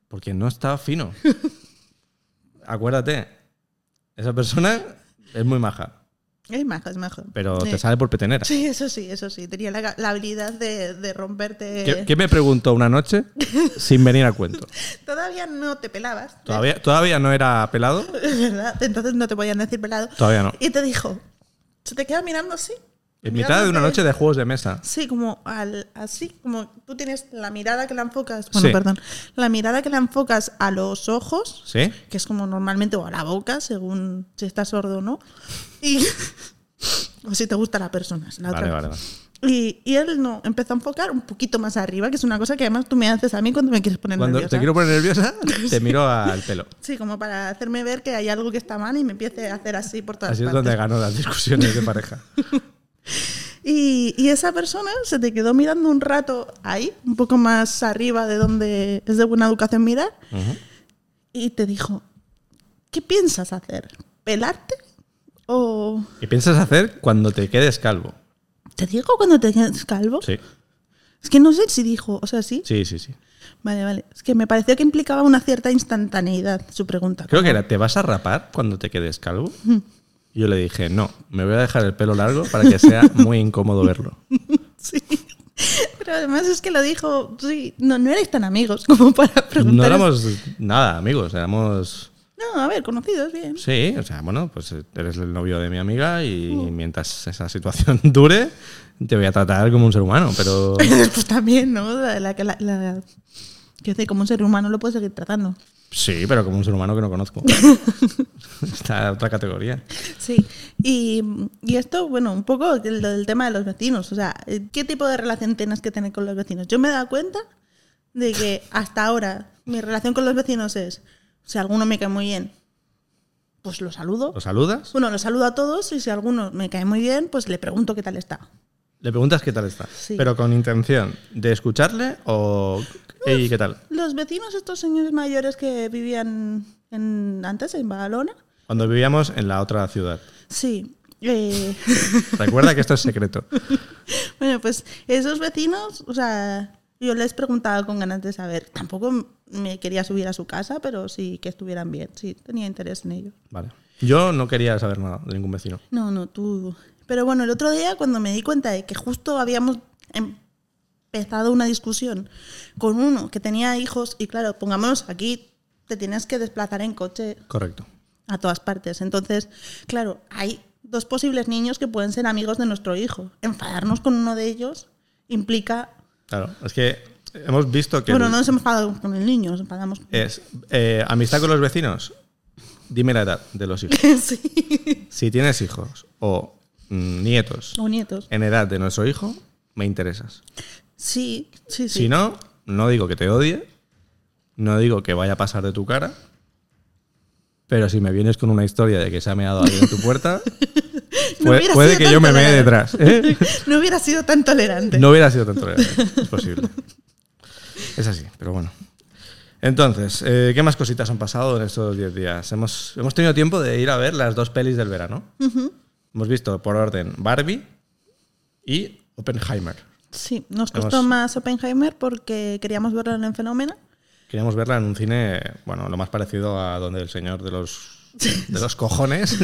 S1: Porque no está fino. Acuérdate, esa persona es muy maja,
S2: Es majo, es majo.
S1: pero
S2: Eh,
S1: te sale por petenera.
S2: Sí, eso sí, eso sí. Tenía la, la habilidad de, de romperte.
S1: ¿Qué, qué me preguntó una noche sin venir a cuento?
S2: Todavía no te pelabas.
S1: Todavía, todavía no era pelado,
S2: ¿Verdad? Entonces no te podían decir pelado.
S1: todavía no.
S2: Y te dijo, Se te queda mirando así.
S1: En mitad de una
S2: mirándote.
S1: noche de juegos de mesa.
S2: Sí, como al, así, como tú tienes la mirada que la enfocas, bueno,
S1: Sí.
S2: perdón, la mirada que la enfocas a los ojos,
S1: ¿Sí?
S2: que es como normalmente, o a la boca, según si estás sordo o no, y, o si te gusta la persona. es La otra
S1: Vale,
S2: vez.
S1: vale, vale.
S2: Y, y él no, empezó a enfocar un poquito más arriba, que es una cosa que además tú me haces a mí cuando me quieres poner
S1: Cuando
S2: nerviosa.
S1: te quiero poner nerviosa, te miro al pelo.
S2: Sí, como para hacerme ver que hay algo que está mal y me empiece a hacer así por todas
S1: Así es
S2: partes.
S1: donde ganó las discusiones de pareja.
S2: Y, y esa persona se te quedó mirando un rato ahí, un poco más arriba de donde es de buena educación mirar,
S1: Ujú.
S2: y te dijo, ¿qué piensas hacer? ¿Pelarte? ¿O
S1: ¿Qué piensas hacer cuando te quedes calvo?
S2: te digo cuando te quedes calvo?
S1: Sí,
S2: Es que no sé si dijo, o sea, sí.
S1: sí, sí, sí.
S2: Vale, vale. Es que me pareció que implicaba una cierta instantaneidad su pregunta.
S1: Creo que era, ¿te vas a rapar cuando te quedes calvo? Y yo le dije, no, me voy a dejar el pelo largo para que sea muy incómodo verlo.
S2: Sí. Pero además es que lo dijo, sí, no, no erais tan amigos como para preguntar.
S1: No éramos nada, amigos, éramos...
S2: No, a ver, conocidos, bien.
S1: Sí, o sea, bueno, pues eres el novio de mi amiga y mientras esa situación dure, te voy a tratar como un ser humano, pero...
S2: pues también, ¿no? La, la, la- la- quiero decir, como un ser humano lo puedes seguir tratando.
S1: Sí, pero como un ser humano que no conozco. Está en otra categoría.
S2: Sí. Y, y esto, bueno, un poco el, el tema de los vecinos. O sea, ¿qué tipo de relación tienes que tener con los vecinos? Yo me he dado cuenta de que hasta ahora mi relación con los vecinos es, si alguno me cae muy bien, pues lo saludo.
S1: ¿Lo saludas?
S2: Bueno, lo saludo a todos y si alguno me cae muy bien, pues le pregunto qué tal está.
S1: Le preguntas qué tal está.
S2: Sí.
S1: Pero con intención de escucharle o... Ey, ¿qué tal?
S2: Los vecinos, estos señores mayores que vivían en- antes en Badalona,
S1: Cuando vivíamos en la otra ciudad.
S2: sí. eh,
S1: Recuerda que esto es secreto.
S2: Bueno, pues esos vecinos, o sea, yo les preguntaba con ganas de saber. Tampoco me quería subir a su casa, pero sí que estuvieran bien, sí, tenía interés en ellos.
S1: Vale. Yo no quería saber nada de ningún vecino.
S2: No, no, tú. Pero bueno, el otro día cuando me di cuenta de que justo habíamos empezado una discusión con uno que tenía hijos, y claro, pongámonos aquí, te tienes que desplazar en coche
S1: Correcto.
S2: a todas partes. Entonces, claro, hay dos posibles niños que pueden ser amigos de nuestro hijo. Enfadarnos con uno de ellos implica
S1: Claro. Es que hemos visto que...
S2: Bueno,
S1: el-
S2: no nos enfadamos con el niño, nos enfadamos con
S1: Es eh, amistad con los vecinos. Dime la edad de los hijos.
S2: sí.
S1: Si tienes hijos o mm, nietos
S2: O nietos.
S1: en edad de nuestro hijo, me interesas.
S2: Sí, sí, sí.
S1: Si no, no digo que te odie, no digo que vaya a pasar de tu cara, pero si me vienes con una historia de que se ha meado alguien en tu puerta,
S2: No
S1: puede,
S2: hubiera
S1: puede
S2: sido
S1: que
S2: tan
S1: yo me mee detrás.
S2: tolerante.
S1: ¿eh?
S2: No hubiera sido tan tolerante.
S1: No hubiera sido tan tolerante, es posible. Es así, pero bueno. Entonces, eh, ¿qué más cositas han pasado en estos 10 días? Hemos, hemos tenido tiempo de ir a ver las dos pelis del verano. Hemos visto por orden Barbie y Oppenheimer.
S2: Sí, nos costó
S1: Hemos-
S2: más Oppenheimer porque queríamos verlo en Fenómeno.
S1: Queríamos verla en un cine, bueno, lo más parecido a donde el señor de los, de los cojones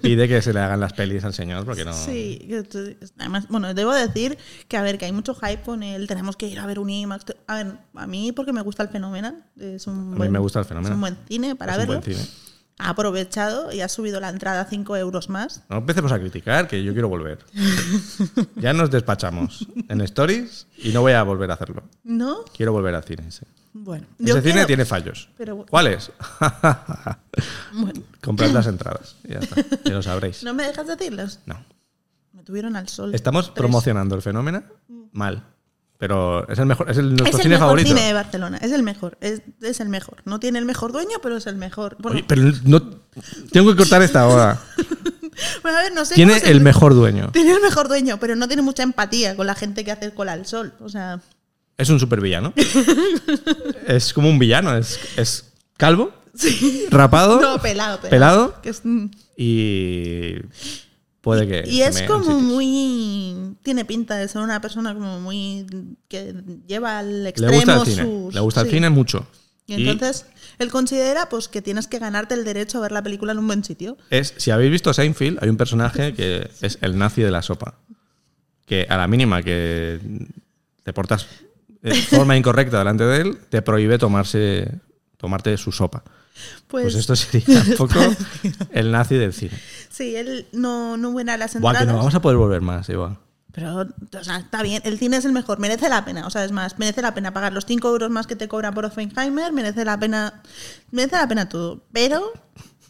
S1: pide que se le hagan las pelis al señor, porque no.
S2: Sí, que- además, bueno, debo decir que a ver, que hay mucho hype con él, tenemos que ir a ver un IMAX. A ver, a mí porque me gusta el fenómeno, es un
S1: mí me gusta el Fenómeno.
S2: es un buen cine para
S1: es un
S2: verlo.
S1: buen cine.
S2: Ha aprovechado y ha subido la entrada a 5 euros más.
S1: No empecemos a criticar, que yo quiero volver. Ya nos despachamos en stories y no voy a volver a hacerlo.
S2: ¿No?
S1: Quiero volver al cine. Ese,
S2: Bueno,
S1: Ese cine
S2: quiero-
S1: tiene fallos.
S2: pero-
S1: ¿Cuáles?
S2: bueno,
S1: Comprad las entradas. y Ya está. Ya lo sabréis.
S2: ¿No me dejas decirlos?
S1: No.
S2: Me tuvieron al sol.
S1: Estamos
S2: Tres.
S1: promocionando el fenómeno mal. Pero es el mejor, es el,
S2: Es
S1: nuestro
S2: el
S1: cine
S2: mejor
S1: favorito.
S2: cine de Barcelona, es el mejor, es, es el mejor. No tiene el mejor dueño, pero es el mejor. Bueno,
S1: Oye, pero no tengo que cortar esta hora.
S2: bueno, a ver, no sé.
S1: Tiene
S2: cómo se-
S1: el mejor dueño.
S2: Tiene el mejor dueño, pero no tiene mucha empatía con la gente que hace cola al sol. O sea,
S1: Es un supervillano. es como un villano. Es, es calvo,
S2: sí.
S1: rapado,
S2: No, pelado, pelado.
S1: pelado
S2: Que es- mm.
S1: y puede que.
S2: y
S1: se
S2: es
S1: mee en
S2: como
S1: sitios.
S2: muy. Tiene pinta de ser una persona como muy. que lleva al
S1: Le
S2: extremo
S1: gusta el cine.
S2: sus-
S1: Le gusta el
S2: sí.
S1: cine mucho.
S2: Y entonces él considera pues que tienes que ganarte el derecho a ver la película en un buen sitio.
S1: es, si habéis visto Seinfeld, hay un personaje que es el nazi de la sopa. Que a la mínima que eh, te portas de forma incorrecta delante de él, te prohíbe tomarse, tomarte su sopa.
S2: Pues,
S1: Pues, esto sería un poco el nazi del cine.
S2: sí, él no, no buena las
S1: Buah, que
S2: entradas.
S1: no vamos a poder volver más, igual.
S2: Pero, o sea, está bien, el cine es el mejor, merece la pena, o sea, es más, merece la pena pagar los 5 euros más que te cobra por Oppenheimer, merece la pena, merece la pena todo, pero,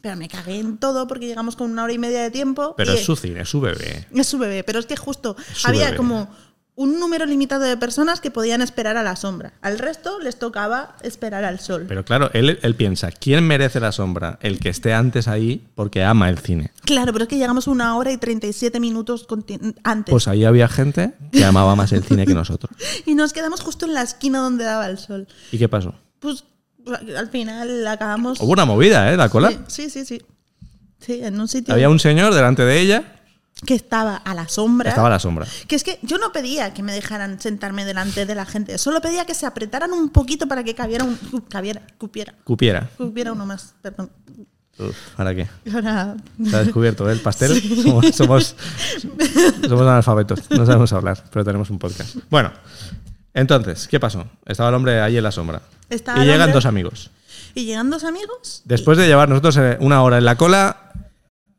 S2: pero me cagué en todo porque llegamos con una hora y media de tiempo.
S1: Pero
S2: y-
S1: es su cine, es su bebé.
S2: es su bebé, pero es que justo
S1: su
S2: había
S1: bebé.
S2: como un número limitado de personas que podían esperar a la sombra, al resto les tocaba esperar al sol.
S1: Pero claro, él, él piensa, ¿quién merece la sombra? El que esté antes ahí porque ama el cine.
S2: Claro, pero es que llegamos una hora y 37 minutos conti- antes.
S1: Pues ahí había gente que amaba más el cine que nosotros.
S2: y nos quedamos justo en la esquina donde daba el sol.
S1: ¿Y qué pasó?
S2: Pues al final acabamos.
S1: Hubo una movida, ¿eh? La cola.
S2: Sí, sí, sí. Sí, en un sitio
S1: Había un señor delante de ella,
S2: que estaba a la sombra.
S1: estaba a la sombra.
S2: Que es que yo no pedía que me dejaran sentarme delante de la gente, solo pedía que se apretaran un poquito para que cabiera un, cu- cabiera, cupiera,
S1: Cupiera.
S2: cupiera uno más, perdón.
S1: Uf, ¿Ahora qué?
S2: Ahora,
S1: Se ha descubierto ¿eh? el pastel. Somos, somos, somos analfabetos, no sabemos hablar, pero tenemos un podcast. Bueno, entonces, ¿qué pasó? Estaba el hombre ahí en la sombra.
S2: Estaba
S1: y
S2: el
S1: llegan
S2: hombre-
S1: dos amigos.
S2: y llegan dos amigos.
S1: Después de llevar nosotros eh, una hora en la cola,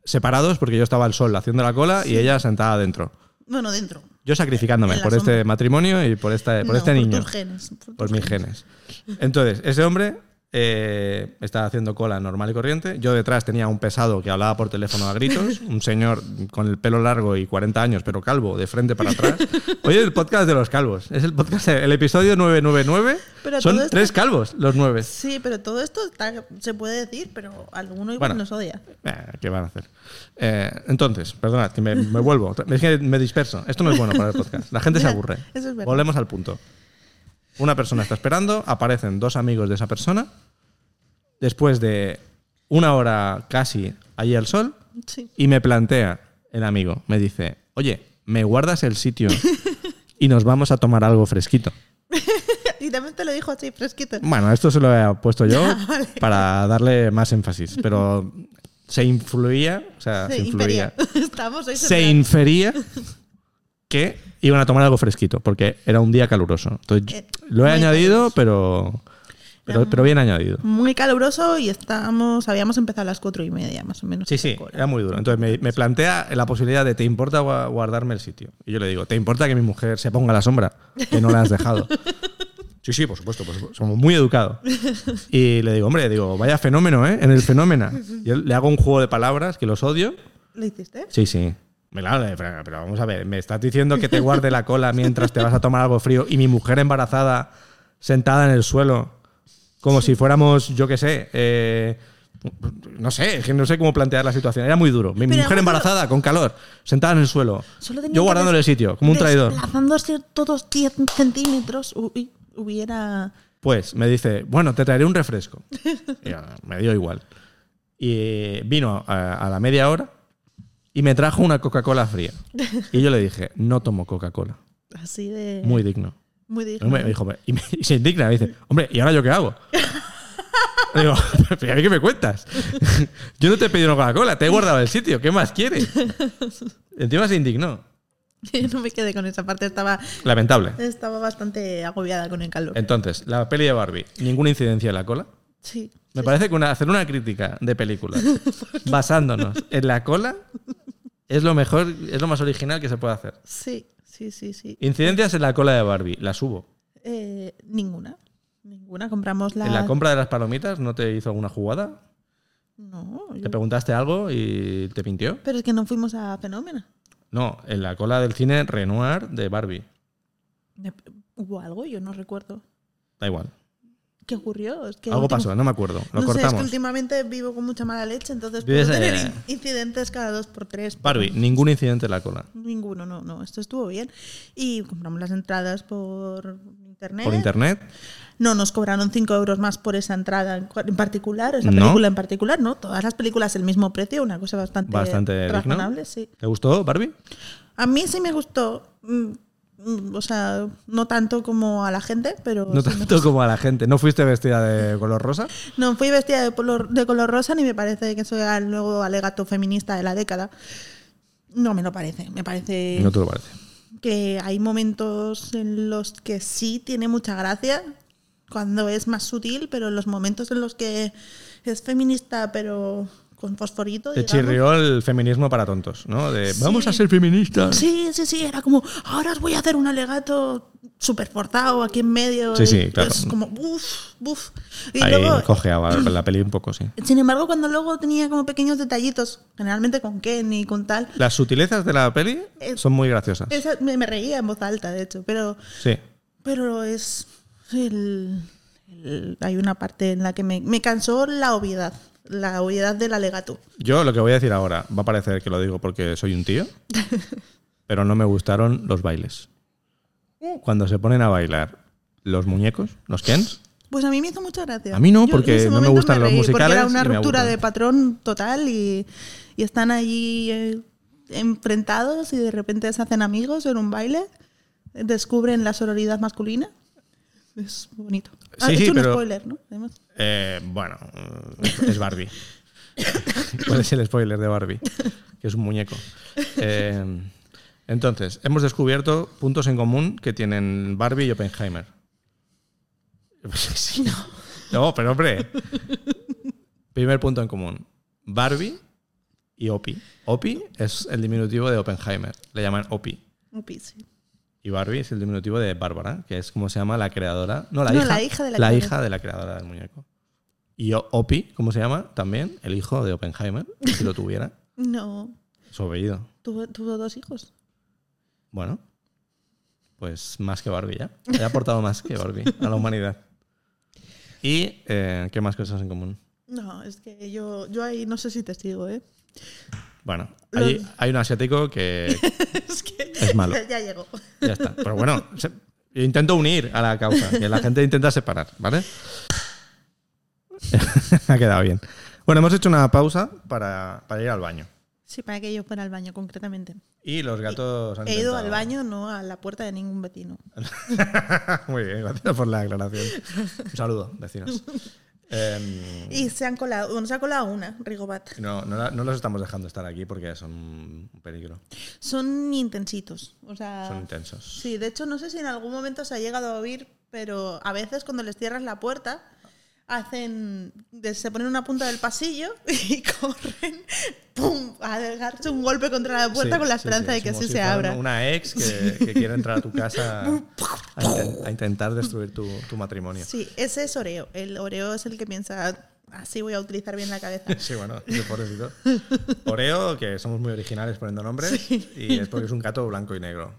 S1: separados, porque yo estaba al sol haciendo la cola y ella sentada adentro.
S2: y- bueno, dentro.
S1: Yo sacrificándome
S2: En la
S1: por
S2: sombra.
S1: este matrimonio y por, esta, por
S2: No,
S1: este niño.
S2: tus genes, por
S1: Por
S2: tus
S1: mis genes. Entonces, ese hombre eh, estaba haciendo cola normal y corriente. Yo detrás tenía un pesado que hablaba por teléfono a gritos, un señor con el pelo largo y 40 años, pero calvo, de frente para atrás. Oye, el podcast de los calvos. Es el podcast, el episodio 999.
S2: Pero
S1: Son
S2: todo esto-
S1: tres calvos, los nueve.
S2: Sí, pero todo esto está- se puede decir, pero alguno igual
S1: Bueno.
S2: nos odia.
S1: Eh, ¿Qué van a hacer? Eh, entonces, perdonad, que me, me vuelvo. otra- Es que me disperso. Esto no es bueno para el podcast. La gente se
S2: Ya,
S1: aburre.
S2: eso es verdad.
S1: Volvemos al punto. Una persona está esperando, aparecen dos amigos de esa persona. Después de una hora casi allí al sol,
S2: Sí.
S1: y me plantea el amigo, me dice, oye, ¿me guardas el sitio y nos vamos a tomar algo fresquito?
S2: Y también te lo dijo así, fresquito.
S1: Bueno, esto se lo he puesto yo
S2: Ah, Vale.
S1: para darle más énfasis, pero se influía, o sea, se
S2: Sí,
S1: influía,
S2: imperia. Estamos hoy
S1: se
S2: centrados.
S1: infería que iban a tomar algo fresquito, porque era un día caluroso. Entonces,
S2: Eh,
S1: lo he
S2: muy
S1: añadido, pero, pero, pero bien añadido.
S2: Muy caluroso y estábamos, habíamos empezado a las cuatro y media, más o menos.
S1: Sí, sí,
S2: Cola.
S1: era muy duro. Entonces me, me plantea la posibilidad de, ¿te importa gua- guardarme el sitio? Y yo le digo, ¿te importa que mi mujer se ponga a la sombra? Que no la has dejado. Sí, sí, por supuesto, por supuesto. Somos muy educados. Y le digo, hombre, digo, vaya fenómeno, ¿eh? En el fenómeno. Yo le hago un juego de palabras que los odio.
S2: ¿Lo hiciste?
S1: Sí, sí. Me la- eh, Pero pero vamos a ver, me estás diciendo que te guarde la cola mientras te vas a tomar algo frío y mi mujer embarazada sentada en el suelo, como si fuéramos, yo qué sé, eh, no sé, es que no sé cómo plantear la situación. Era muy duro. Mi
S2: Pero
S1: mujer
S2: además-
S1: embarazada, con calor, sentada en el suelo,
S2: Solo tenía
S1: yo
S2: que
S1: guardándole el
S2: des-
S1: sitio, como un traidor.
S2: Desplazándose todos 10 centímetros, uy, hubiera.
S1: Pues me dice, bueno, te traeré un refresco. Y yo, me dio igual. Y vino a, a la media hora y me trajo una Coca-Cola fría. Y yo le dije, no tomo Coca-Cola.
S2: Así de.
S1: Muy digno.
S2: Muy
S1: Y me
S2: digno.
S1: dijo, "Hombre", y, me- y se indigna, me dice, hombre, ¿y ahora yo qué hago? Le Digo, "Pero a mí qué me cuentas? Yo no te he pedido una Coca-Cola, te he guardado el sitio, ¿qué más quieres? Encima se indignó.
S2: no me quedé con esa parte, estaba,
S1: Lamentable.
S2: estaba bastante agobiada con el calor.
S1: Entonces, la peli de Barbie, ninguna incidencia en la cola.
S2: Sí.
S1: Me parece que una- hacer una crítica de películas basándonos en la cola es lo mejor, es lo más original que se puede hacer.
S2: Sí, sí, sí, sí.
S1: Incidencias en la cola de Barbie, las hubo.
S2: Eh, ninguna. Ninguna. Compramos la.
S1: En la compra de las palomitas, ¿no te hizo alguna jugada?
S2: No, yo-
S1: ¿Te preguntaste algo y te pintió?
S2: pero es que no fuimos a Fenómeno.
S1: No, en la cola del cine Renoir de Barbie.
S2: Me- Hubo algo, yo no recuerdo.
S1: Da igual.
S2: ¿Qué ocurrió? Es que
S1: Algo
S2: últim-
S1: pasó, no me acuerdo. Lo
S2: no sé, es que
S1: cortamos.
S2: últimamente vivo con mucha mala leche, entonces
S1: Vives,
S2: puedo tener
S1: eh,
S2: in- incidentes cada dos por tres.
S1: Barbie, ningún incidente en la cola.
S2: Ninguno, no, no, esto estuvo bien. Y compramos las entradas por internet.
S1: Por internet.
S2: No nos cobraron 5 euros más por esa entrada en, cua- en particular, esa
S1: No.
S2: película en particular, ¿no? Todas las películas el mismo precio, una cosa bastante,
S1: Bastante digno.
S2: Eh, razonable, sí.
S1: ¿Te gustó Barbie?
S2: A mí sí me gustó, mm, mm, o sea, no tanto como a la gente, pero...
S1: No
S2: sí me
S1: tanto como a la gente. ¿No fuiste vestida de color rosa?
S2: No fui vestida de color, de color rosa ni me parece que sea el nuevo alegato feminista de la década. No me lo parece. Me parece
S1: No te lo parece.
S2: que hay momentos en los que sí tiene mucha gracia, cuando es más sutil, pero en los momentos en los que es feminista, pero con fosforito.
S1: Te
S2: digamos.
S1: chirrió el feminismo para tontos, ¿no? De
S2: Sí.
S1: vamos a ser feministas.
S2: Sí, sí, sí, era como, ahora os voy a hacer un alegato súper forzado aquí en medio.
S1: Sí,
S2: y
S1: sí, claro.
S2: Es como, uff, uff. Y
S1: Ahí
S2: luego,
S1: cojeaba con la peli un poco, sí.
S2: sin embargo, cuando luego tenía como pequeños detallitos, generalmente con Ken y con tal,
S1: Las sutilezas de la peli
S2: Eh,
S1: son muy graciosas.
S2: esa- me, me reía en voz alta, de hecho, pero,
S1: Sí.
S2: pero es... el- el- hay una parte en la que me, me cansó la obviedad, la obviedad del alegato.
S1: Yo lo que voy a decir ahora, va a parecer que lo digo porque soy un tío, pero no me gustaron los bailes. Cuando se ponen a bailar los muñecos, los Kens,
S2: Pues a mí me hizo mucha gracia.
S1: A mí no,
S2: en
S1: porque
S2: ese
S1: no me
S2: momento
S1: gustan los
S2: reí, Porque
S1: musicales
S2: era una
S1: y me
S2: ruptura
S1: aburren.
S2: de patrón total y, y están allí eh, enfrentados y de repente se hacen amigos en un baile, eh, descubren la sororidad masculina. Es bonito. Ah,
S1: Sí,
S2: he
S1: sí,
S2: hecho un
S1: pero-
S2: spoiler, ¿no? Además.
S1: eh, bueno, es Barbie. ¿Cuál es el spoiler de Barbie? Que es un muñeco. Eh, entonces, hemos descubierto puntos en común que tienen Barbie y Oppenheimer. Sí, no. No, pero hombre. Primer punto en común. Barbie y Opi. Opi es el diminutivo de Oppenheimer. Le llaman Opi.
S2: Un pis, sí.
S1: Y Barbie es el diminutivo de Bárbara, que es como se llama la creadora. No, la,
S2: No,
S1: hija,
S2: la hija de la creadora.
S1: hija de la creadora del muñeco. Y O- Opie, ¿cómo se llama? También el hijo de Oppenheimer, si lo tuviera.
S2: No,
S1: Su apellido.
S2: tuvo, tuvo dos hijos.
S1: Bueno, pues más que Barbie ya. Le ha aportado más que Barbie a la humanidad. ¿Y eh, qué más cosas en común?
S2: No, es que yo, yo ahí no sé si te sigo, ¿eh?
S1: Bueno, hay,
S2: Los-
S1: hay un asiático que
S2: es que
S1: Es malo.
S2: ya- ya llegó.
S1: Ya está. Pero bueno, se- yo intento unir a la causa, que la gente intenta separar, ¿vale? ha quedado bien. Bueno, hemos hecho una pausa para, para ir al baño.
S2: Sí, para que yo fuera al baño concretamente.
S1: Y los gatos han
S2: He ido
S1: intentado-
S2: al baño, no a la puerta de ningún vecino.
S1: Ah, Muy bien, gracias por la aclaración. Un saludo, vecinos. Em,
S2: Y se han colado, bueno, se ha colado una, Rigobat.
S1: no, no, la- no los estamos dejando estar aquí porque son un peligro.
S2: Son intensitos, o sea...
S1: Son intensos.
S2: sí, de hecho no sé si en algún momento se ha llegado a oír, pero a veces cuando les cierras la puerta hacen de- se ponen una punta del pasillo y corren pum a darse un golpe contra la puerta
S1: Sí,
S2: con la
S1: sí, sí,
S2: esperanza de que
S1: como
S2: sí
S1: si
S2: se
S1: fueran
S2: abra.
S1: Una ex que, que quiere entrar a tu casa a, inten- a intentar destruir tu, tu matrimonio.
S2: Sí, ese es Oreo. El Oreo es el que piensa, así voy a utilizar bien la cabeza.
S1: Sí, bueno, yo pobrecito. Oreo, que somos muy originales poniendo nombres, y es porque es un gato blanco y negro.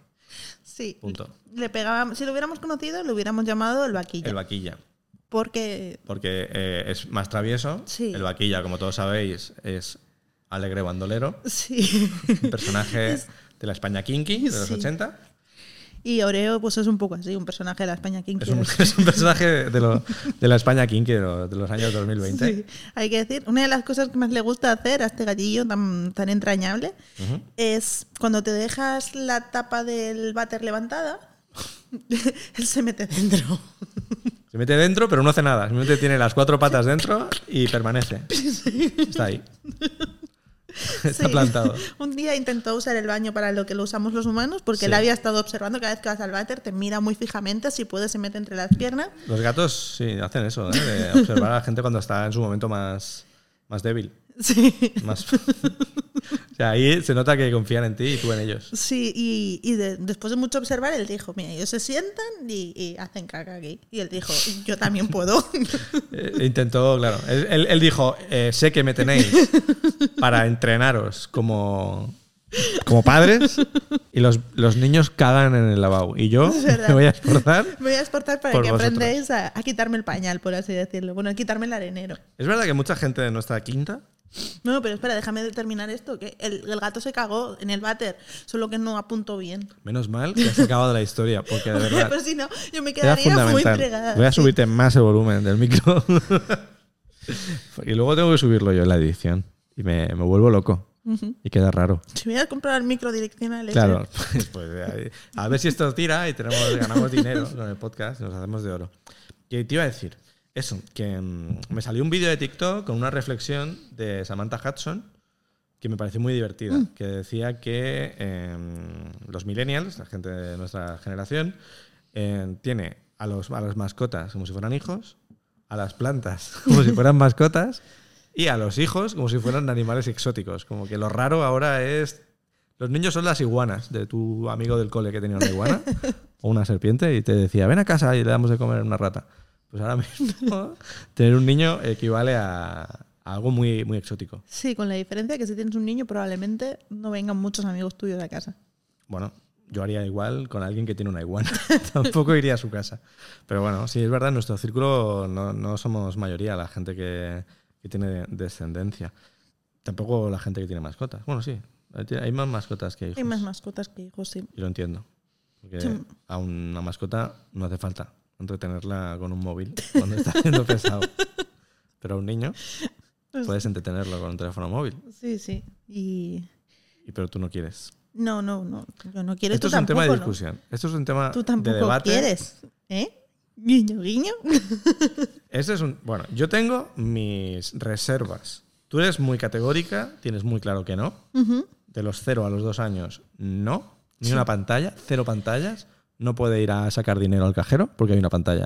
S2: Sí.
S1: Punto.
S2: Le pegábamos, si lo hubiéramos conocido, lo hubiéramos llamado el vaquilla.
S1: El vaquilla,
S2: porque
S1: porque eh, es más travieso.
S2: Sí.
S1: El vaquilla, como todos sabéis, es alegre bandolero,
S2: sí.
S1: un personaje de la España kinky de los
S2: Sí.
S1: 80.
S2: Y Oreo, pues es un poco así, un personaje de la España King.
S1: Es un, es un personaje de, lo- de la España kinky de, lo- de los años 2020.
S2: Hay que decir, una de las cosas que más le gusta hacer a este gallillo tan, tan entrañable
S1: Ujú.
S2: es cuando te dejas la tapa del váter levantada, él se mete dentro.
S1: Se mete dentro, pero no hace nada. Simplemente tiene las cuatro patas dentro y permanece. Está ahí. Está
S2: Sí.
S1: plantado.
S2: Un día intentó usar el baño para lo que lo usamos los humanos, porque
S1: Sí.
S2: él había estado observando cada vez que vas al váter, te mira muy fijamente, si puede se mete entre las piernas.
S1: Los gatos sí hacen eso, ¿eh? de observar a la gente cuando está en su momento más, más débil.
S2: Sí.
S1: Más... o sea, ahí se nota que confían en ti y tú en ellos.
S2: Sí, y, y de- después de mucho observar, él dijo, mira, ellos se sientan y, y hacen caca aquí. Y él dijo, yo también puedo.
S1: Eh, intentó, claro. Él, él- él dijo, eh, sé que me tenéis para entrenaros como, como padres y los, los niños cagan en el lavabo. Y yo
S2: Es verdad.
S1: me voy a esforzar.
S2: Me voy a exportar para
S1: Por
S2: que
S1: vosotros.
S2: aprendáis a, a quitarme el pañal, por así decirlo. Bueno, a quitarme el arenero.
S1: Es verdad que mucha gente de nuestra quinta
S2: No, pero espera, déjame terminar esto, que el, el gato se cagó en el váter, solo que no apuntó bien.
S1: Menos mal que has acabado la historia, porque de verdad
S2: Pero si no, yo me
S1: era
S2: quedaría muy
S1: fundamental.
S2: entregada.
S1: Voy a subirte más el volumen del micro. y luego tengo que subirlo yo en la edición. Y me, me vuelvo loco. Y queda raro.
S2: Si hubiera comprado el micro direccional, ese,
S1: Claro. Pues, eh, a ver si esto tira y tenemos, ganamos dinero con el podcast y nos hacemos de oro. Y te iba a decir, eso, que mm, me salió un vídeo de TikTok con una reflexión de Samantha Hudson que me pareció muy divertida, que decía em, que eh, los millennials, la gente de nuestra generación, eh, tiene a, los, a las mascotas como si fueran hijos, a las plantas como si fueran mascotas y a los hijos como si fueran animales exóticos. Como que lo raro ahora es... Los niños son las iguanas de tu amigo del cole que tenía una iguana o una serpiente y te decía, ven a casa y le damos de comer una rata. Pues ahora mismo tener un niño equivale a, a algo muy, muy exótico.
S2: Sí, con la diferencia que si tienes un niño probablemente no vengan muchos amigos tuyos a casa.
S1: Bueno, yo haría igual con alguien que tiene una iguana. Tampoco iría a su casa. Pero bueno, sí, es verdad, en nuestro círculo no, no somos mayoría la gente que, que tiene descendencia. Tampoco la gente que tiene mascotas. Bueno, sí, hay más mascotas que hijos. Pues
S2: Hay más mascotas que hijos, sí.
S1: Y lo entiendo. Porque
S2: Sí.
S1: a una mascota no hace falta entretenerla con un móvil cuando está siendo pesado. Pero a un niño puedes entretenerlo con un teléfono móvil.
S2: Sí, sí. Y
S1: Y- Pero tú no quieres.
S2: no, no, no. Yo no quiero
S1: Esto
S2: tú
S1: es un tema de
S2: tampoco, ¿no?
S1: discusión. Esto es un tema
S2: Tú
S1: de
S2: tampoco
S1: debate.
S2: quieres, ¿eh? Guiño, guiño.
S1: Ese es un. Bueno, yo tengo mis reservas. Tú eres muy categórica, tienes muy claro que no.
S2: Ujú.
S1: De los cero a los dos años, no. Ni una pantalla, cero pantallas. No puede ir a sacar dinero al cajero porque hay una pantalla.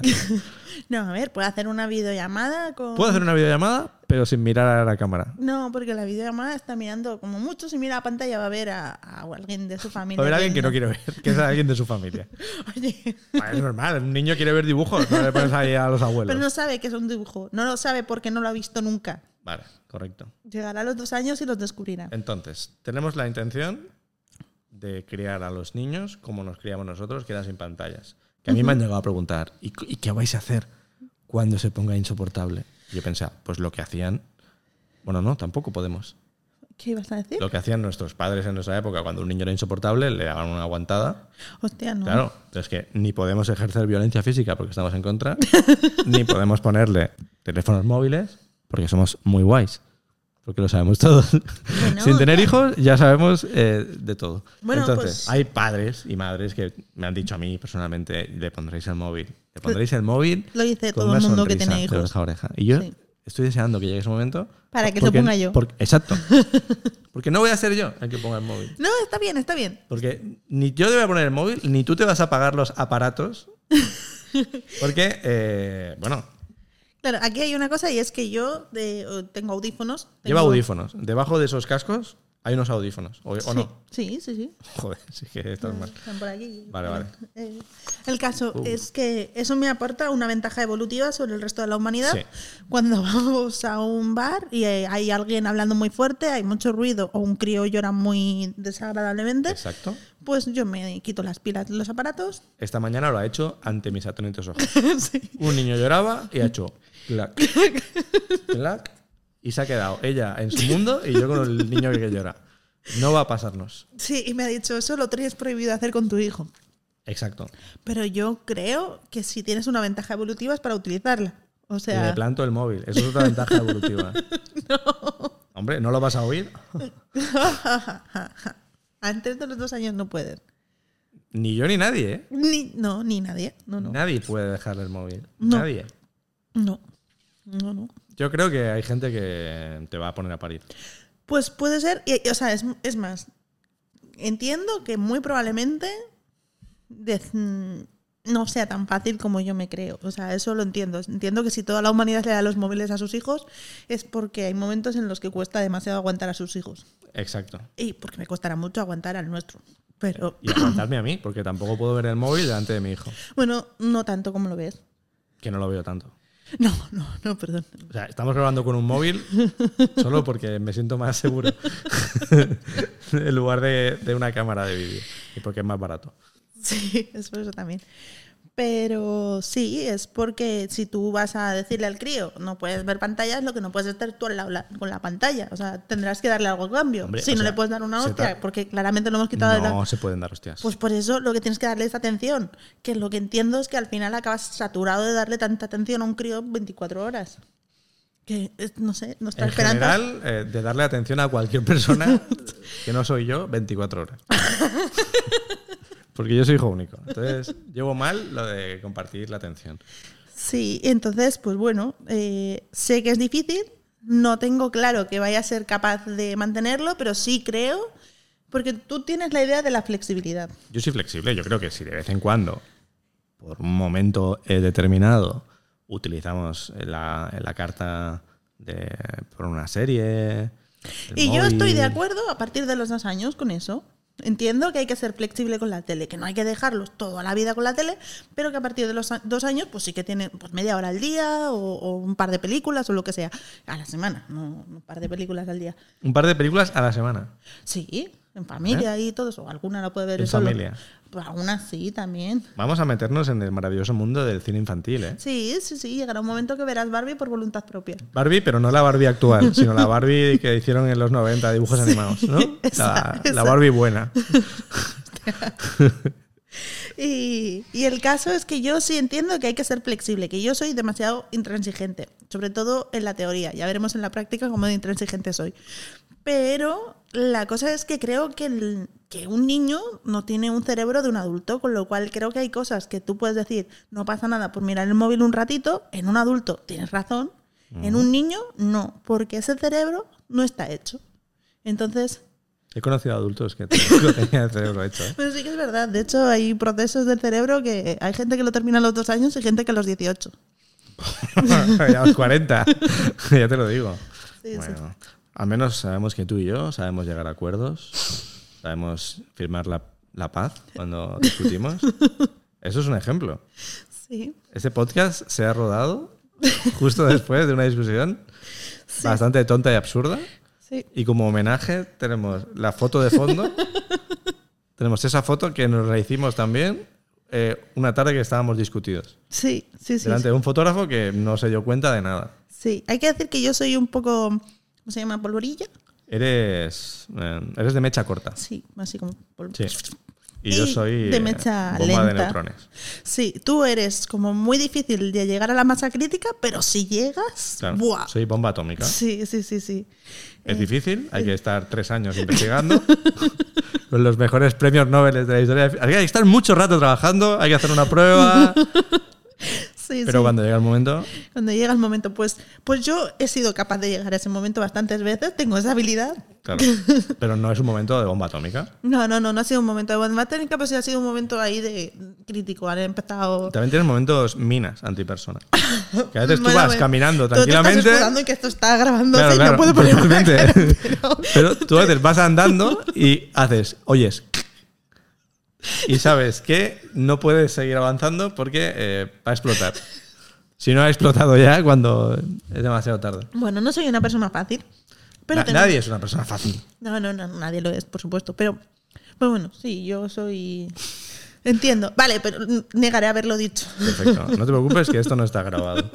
S2: No, a ver, puedo hacer una videollamada con...
S1: Puedo hacer una videollamada, pero sin mirar a la cámara.
S2: No, porque la videollamada está mirando como mucho. Si mira la pantalla va a ver a, a alguien de su familia.
S1: Va a haber alguien que no
S2: viendo.
S1: quiere ver, que es alguien de su familia.
S2: Oye,
S1: Ah, Es normal, un niño quiere ver dibujos, no le pones ahí a los abuelos.
S2: pero no sabe que es un dibujo. No lo sabe porque no lo ha visto nunca.
S1: Vale, correcto.
S2: Llegará a los dos años y los descubrirá.
S1: Entonces, tenemos la intención de criar a los niños como nos criamos nosotros, que era sin pantallas. Que a mí me han llegado a preguntar, ¿y, cu- y qué vais a hacer cuando se ponga insoportable? Y yo pensaba, pues lo que hacían... Bueno, no, tampoco podemos.
S2: ¿Qué ibas a decir?
S1: Lo que hacían nuestros padres en nuestra época, cuando un niño era insoportable, le daban una aguantada
S2: Hostia, no.
S1: Claro, es que ni podemos ejercer violencia física porque estamos en contra, ni podemos ponerle teléfonos móviles porque somos muy guays, porque lo sabemos todos.
S2: Bueno,
S1: Sin tener hijos ya sabemos eh, de todo.
S2: Bueno,
S1: Entonces,
S2: pues-
S1: hay padres y madres que me han dicho a mí personalmente, le pondréis el móvil, le pondréis el móvil.
S2: Lo dice
S1: con
S2: todo
S1: una
S2: el mundo que
S1: sonrisa
S2: tiene
S1: de
S2: hijos.
S1: oreja a oreja. Y yo
S2: Sí.
S1: estoy deseando que llegue ese momento.
S2: Para que
S1: porque-
S2: lo ponga yo.
S1: porque- exacto. Porque no voy a ser yo el que ponga el móvil.
S2: No, está bien, está bien.
S1: Porque ni yo te voy a poner el móvil, ni tú te vas a pagar los aparatos. Porque, eh, bueno,
S2: Claro, aquí hay una cosa y es que yo de- o tengo audífonos. tengo-
S1: lleva audífonos. Debajo de esos cascos hay unos audífonos. ¿O, o
S2: Sí,
S1: no?
S2: sí, sí, sí.
S1: Joder, sí que estás mal.
S2: Están por aquí.
S1: Vale, vale. Uh.
S2: Eh, el caso es que eso me aporta una ventaja evolutiva sobre el resto de la humanidad.
S1: Sí.
S2: Cuando vamos a un bar y eh, hay alguien hablando muy fuerte, hay mucho ruido o un crío llora muy desagradablemente,
S1: Exacto.
S2: pues yo me quito las pilas de los aparatos.
S1: Esta mañana lo ha hecho ante mis atónitos ojos.
S2: Sí.
S1: Un niño lloraba y ha hecho clac, clac, y se ha quedado ella en su mundo y yo con el niño que llora. No va a pasarnos.
S2: Sí, y me ha dicho, eso lo tenías prohibido hacer con tu hijo.
S1: Exacto.
S2: Pero yo creo que si tienes una ventaja evolutiva es para utilizarla. O
S1: Y le
S2: sea,
S1: planto el móvil. Eso es otra ventaja evolutiva. Hombre, ¿no lo vas a oír?
S2: antes de los dos años no puedes.
S1: Ni yo ni nadie, ¿eh?
S2: Ni, no, ni nadie. No, no.
S1: Nadie puede dejarle el móvil.
S2: No.
S1: Nadie.
S2: No. No, no.
S1: Yo creo que hay gente que te va a poner a parir.
S2: Pues puede ser, y- y, o sea, es, es más, entiendo que muy probablemente dez- mm, no sea tan fácil como yo me creo. O sea, eso lo entiendo. Entiendo que si toda la humanidad le da los móviles a sus hijos es porque hay momentos en los que cuesta demasiado aguantar a sus hijos.
S1: Exacto.
S2: Y porque me costará mucho aguantar al nuestro. Pero
S1: Y aguantarme a mí, porque tampoco puedo ver el móvil delante de mi hijo,
S2: bueno, no tanto como lo ves.
S1: que no lo veo tanto.
S2: No, no, no, perdón.
S1: O sea, estamos grabando con un móvil solo porque me siento más seguro en lugar de, de una cámara de vídeo y porque es más barato.
S2: Sí, es por eso también. Pero sí, es porque si tú vas a decirle al crío, no puedes ver pantallas, lo que no puedes es estar tú al lado la- con la pantalla. O sea, tendrás que darle algo a cambio.
S1: Hombre,
S2: si
S1: o
S2: no
S1: sea,
S2: le puedes dar una
S1: se
S2: hostia,
S1: tra-
S2: porque claramente lo hemos quitado de
S1: No
S2: la...
S1: se pueden dar hostias.
S2: Pues por eso lo que tienes que darle es atención. Que lo que entiendo es que al final acabas saturado de darle tanta atención a un crío 24 horas. Que, es- no sé, nuestra
S1: En
S2: esperanza...
S1: general, eh, de darle atención a cualquier persona que no soy yo 24 horas. Porque yo soy hijo único. Entonces, llevo mal lo de compartir la atención.
S2: Sí, entonces, pues bueno, eh, sé que es difícil, no tengo claro que vaya a ser capaz de mantenerlo, pero sí creo, porque tú tienes la idea de la flexibilidad.
S1: Yo soy flexible, yo creo que si de vez en cuando por un momento eh, determinado utilizamos eh, la, la carta de, por una serie. el
S2: Y yo estoy de
S1: móvil.
S2: acuerdo a partir de los dos años con eso. Entiendo que hay que ser flexible con la tele, que no hay que dejarlos toda la vida con la tele, pero que a partir de los a- dos años, pues sí que tienen pues, media hora al día o, o un par de películas o lo que sea. A la semana, no un par de películas al día.
S1: Un par de películas a la semana.
S2: Sí, en familia y todo eso. Alguna la puede ver
S1: En
S2: solo.
S1: familia.
S2: Pues alguna sí también.
S1: Vamos a meternos en el maravilloso mundo del cine infantil, ¿eh?
S2: Sí, sí, sí. Llegará un momento que verás Barbie por voluntad propia.
S1: Barbie, pero no la Barbie actual, sino la Barbie que hicieron en los 90, dibujos animados, ¿no?
S2: esa,
S1: la, la
S2: esa.
S1: Barbie buena.
S2: Y, y el caso es que yo sí entiendo que hay que ser flexible, que yo soy demasiado intransigente, sobre todo en la teoría. Ya veremos en la práctica cómo de intransigente soy. Pero la cosa es que creo que, el- que un niño no tiene un cerebro de un adulto, con lo cual creo que hay cosas que tú puedes decir, no pasa nada por mirar el móvil un ratito, en un adulto tienes razón, en un niño no, porque ese cerebro no está hecho. Entonces,
S1: He conocido adultos que tenían el cerebro hecho. ¿eh?
S2: pero Pues sí que es verdad. De hecho, hay procesos del cerebro que eh, hay gente que lo termina a los dos años y gente que a los 18.
S1: ya a los 40, ya te lo digo.
S2: Sí, sí.
S1: bueno, al menos sabemos que tú y yo sabemos llegar a acuerdos, sabemos firmar la, la paz cuando discutimos. Eso es un ejemplo.
S2: Sí.
S1: Este podcast se ha rodado justo después de una discusión bastante tonta y absurda.
S2: Sí.
S1: Y como homenaje tenemos la foto de fondo. tenemos esa foto que nos la hicimos también eh, una tarde que estábamos discutidos.
S2: Sí, sí, sí.
S1: delante de un fotógrafo que no se dio cuenta de nada.
S2: Sí. Hay que decir que yo soy un poco. ¿Cómo se llama? ¿Polvorilla?
S1: Eres, eh, eres de mecha corta.
S2: Sí, así como. pol-
S1: Sí. Y yo
S2: Y
S1: soy
S2: de
S1: eh,
S2: mecha
S1: bomba de
S2: lenta.
S1: neutrones.
S2: Sí, tú eres como muy difícil de llegar a la masa crítica, pero si llegas.
S1: Claro,
S2: ¡Buah!
S1: Soy bomba atómica.
S2: Sí, sí, sí, sí.
S1: Es difícil, hay que estar tres años investigando. Con los mejores premios Nobel de la historia. Hay que estar mucho rato trabajando, hay que hacer una prueba.
S2: Sí,
S1: pero
S2: sí.
S1: cuando llega el momento,
S2: Cuando llega el momento, pues, pues yo he sido capaz de llegar a ese momento bastantes veces, tengo esa habilidad.
S1: claro. Pero no es un momento de bomba atómica.
S2: No, no, no, no ha sido un momento de bomba técnica, pero sí ha sido un momento ahí de crítico. Han empezado.
S1: También tienes momentos minas antipersona. Que a veces tú
S2: Bueno,
S1: vas
S2: bueno,
S1: caminando
S2: tú te estás
S1: tranquilamente.
S2: escudando en que esto está grabándose
S1: Claro,
S2: y
S1: claro,
S2: no puedo poner una
S1: totalmente.
S2: cara, pero-
S1: Pero tú a veces vas andando y haces, oyes. Y sabes que no puedes seguir avanzando porque eh, va a explotar. Si no ha explotado ya, cuando es demasiado tarde.
S2: Bueno, no soy una persona fácil. Pero
S1: Na-
S2: tengo-
S1: Nadie es una persona fácil.
S2: No, no, no, nadie lo es, por supuesto. Pero, pues bueno, sí, yo soy. Entiendo. Vale, pero mm, negaré haberlo dicho.
S1: Perfecto. No te preocupes que esto no está grabado.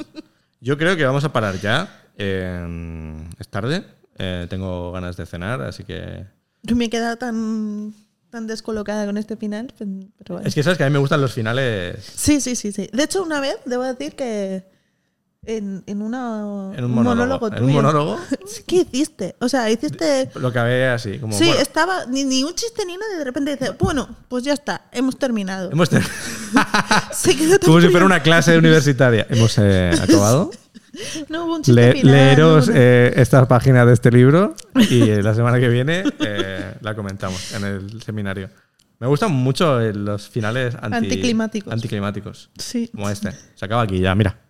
S1: Yo creo que vamos a parar ya. Eh, es tarde. Eh, tengo ganas de cenar, así que
S2: Yo me he quedado tan, tan descolocada con este final. pen- Pero bueno.
S1: Es que sabes que a mí me gustan los finales.
S2: Sí, sí, sí, sí. De hecho, una vez, debo decir que en, en una,
S1: En un monólogo, en un monólogo.
S2: ¿Qué hiciste? O sea, hiciste...
S1: Lo que había así, como.
S2: sí,
S1: bueno,
S2: estaba ni, ni un chiste ni nada y de repente dice, bueno, pues ya está, hemos terminado.
S1: hemos ter-
S2: Se quedó tan
S1: como si fuera
S2: frío.
S1: una clase universitaria. Hemos eh, acabado.
S2: No hubo un chiste
S1: Le-
S2: final,
S1: leeros
S2: no hubo-
S1: eh, estas páginas de este libro y eh, la semana que viene eh, la comentamos en el seminario. Me gustan mucho eh, los finales anti-
S2: Anticlimáticos.
S1: anticlimáticos,
S2: Sí.
S1: como este. Se acaba aquí ya, mira.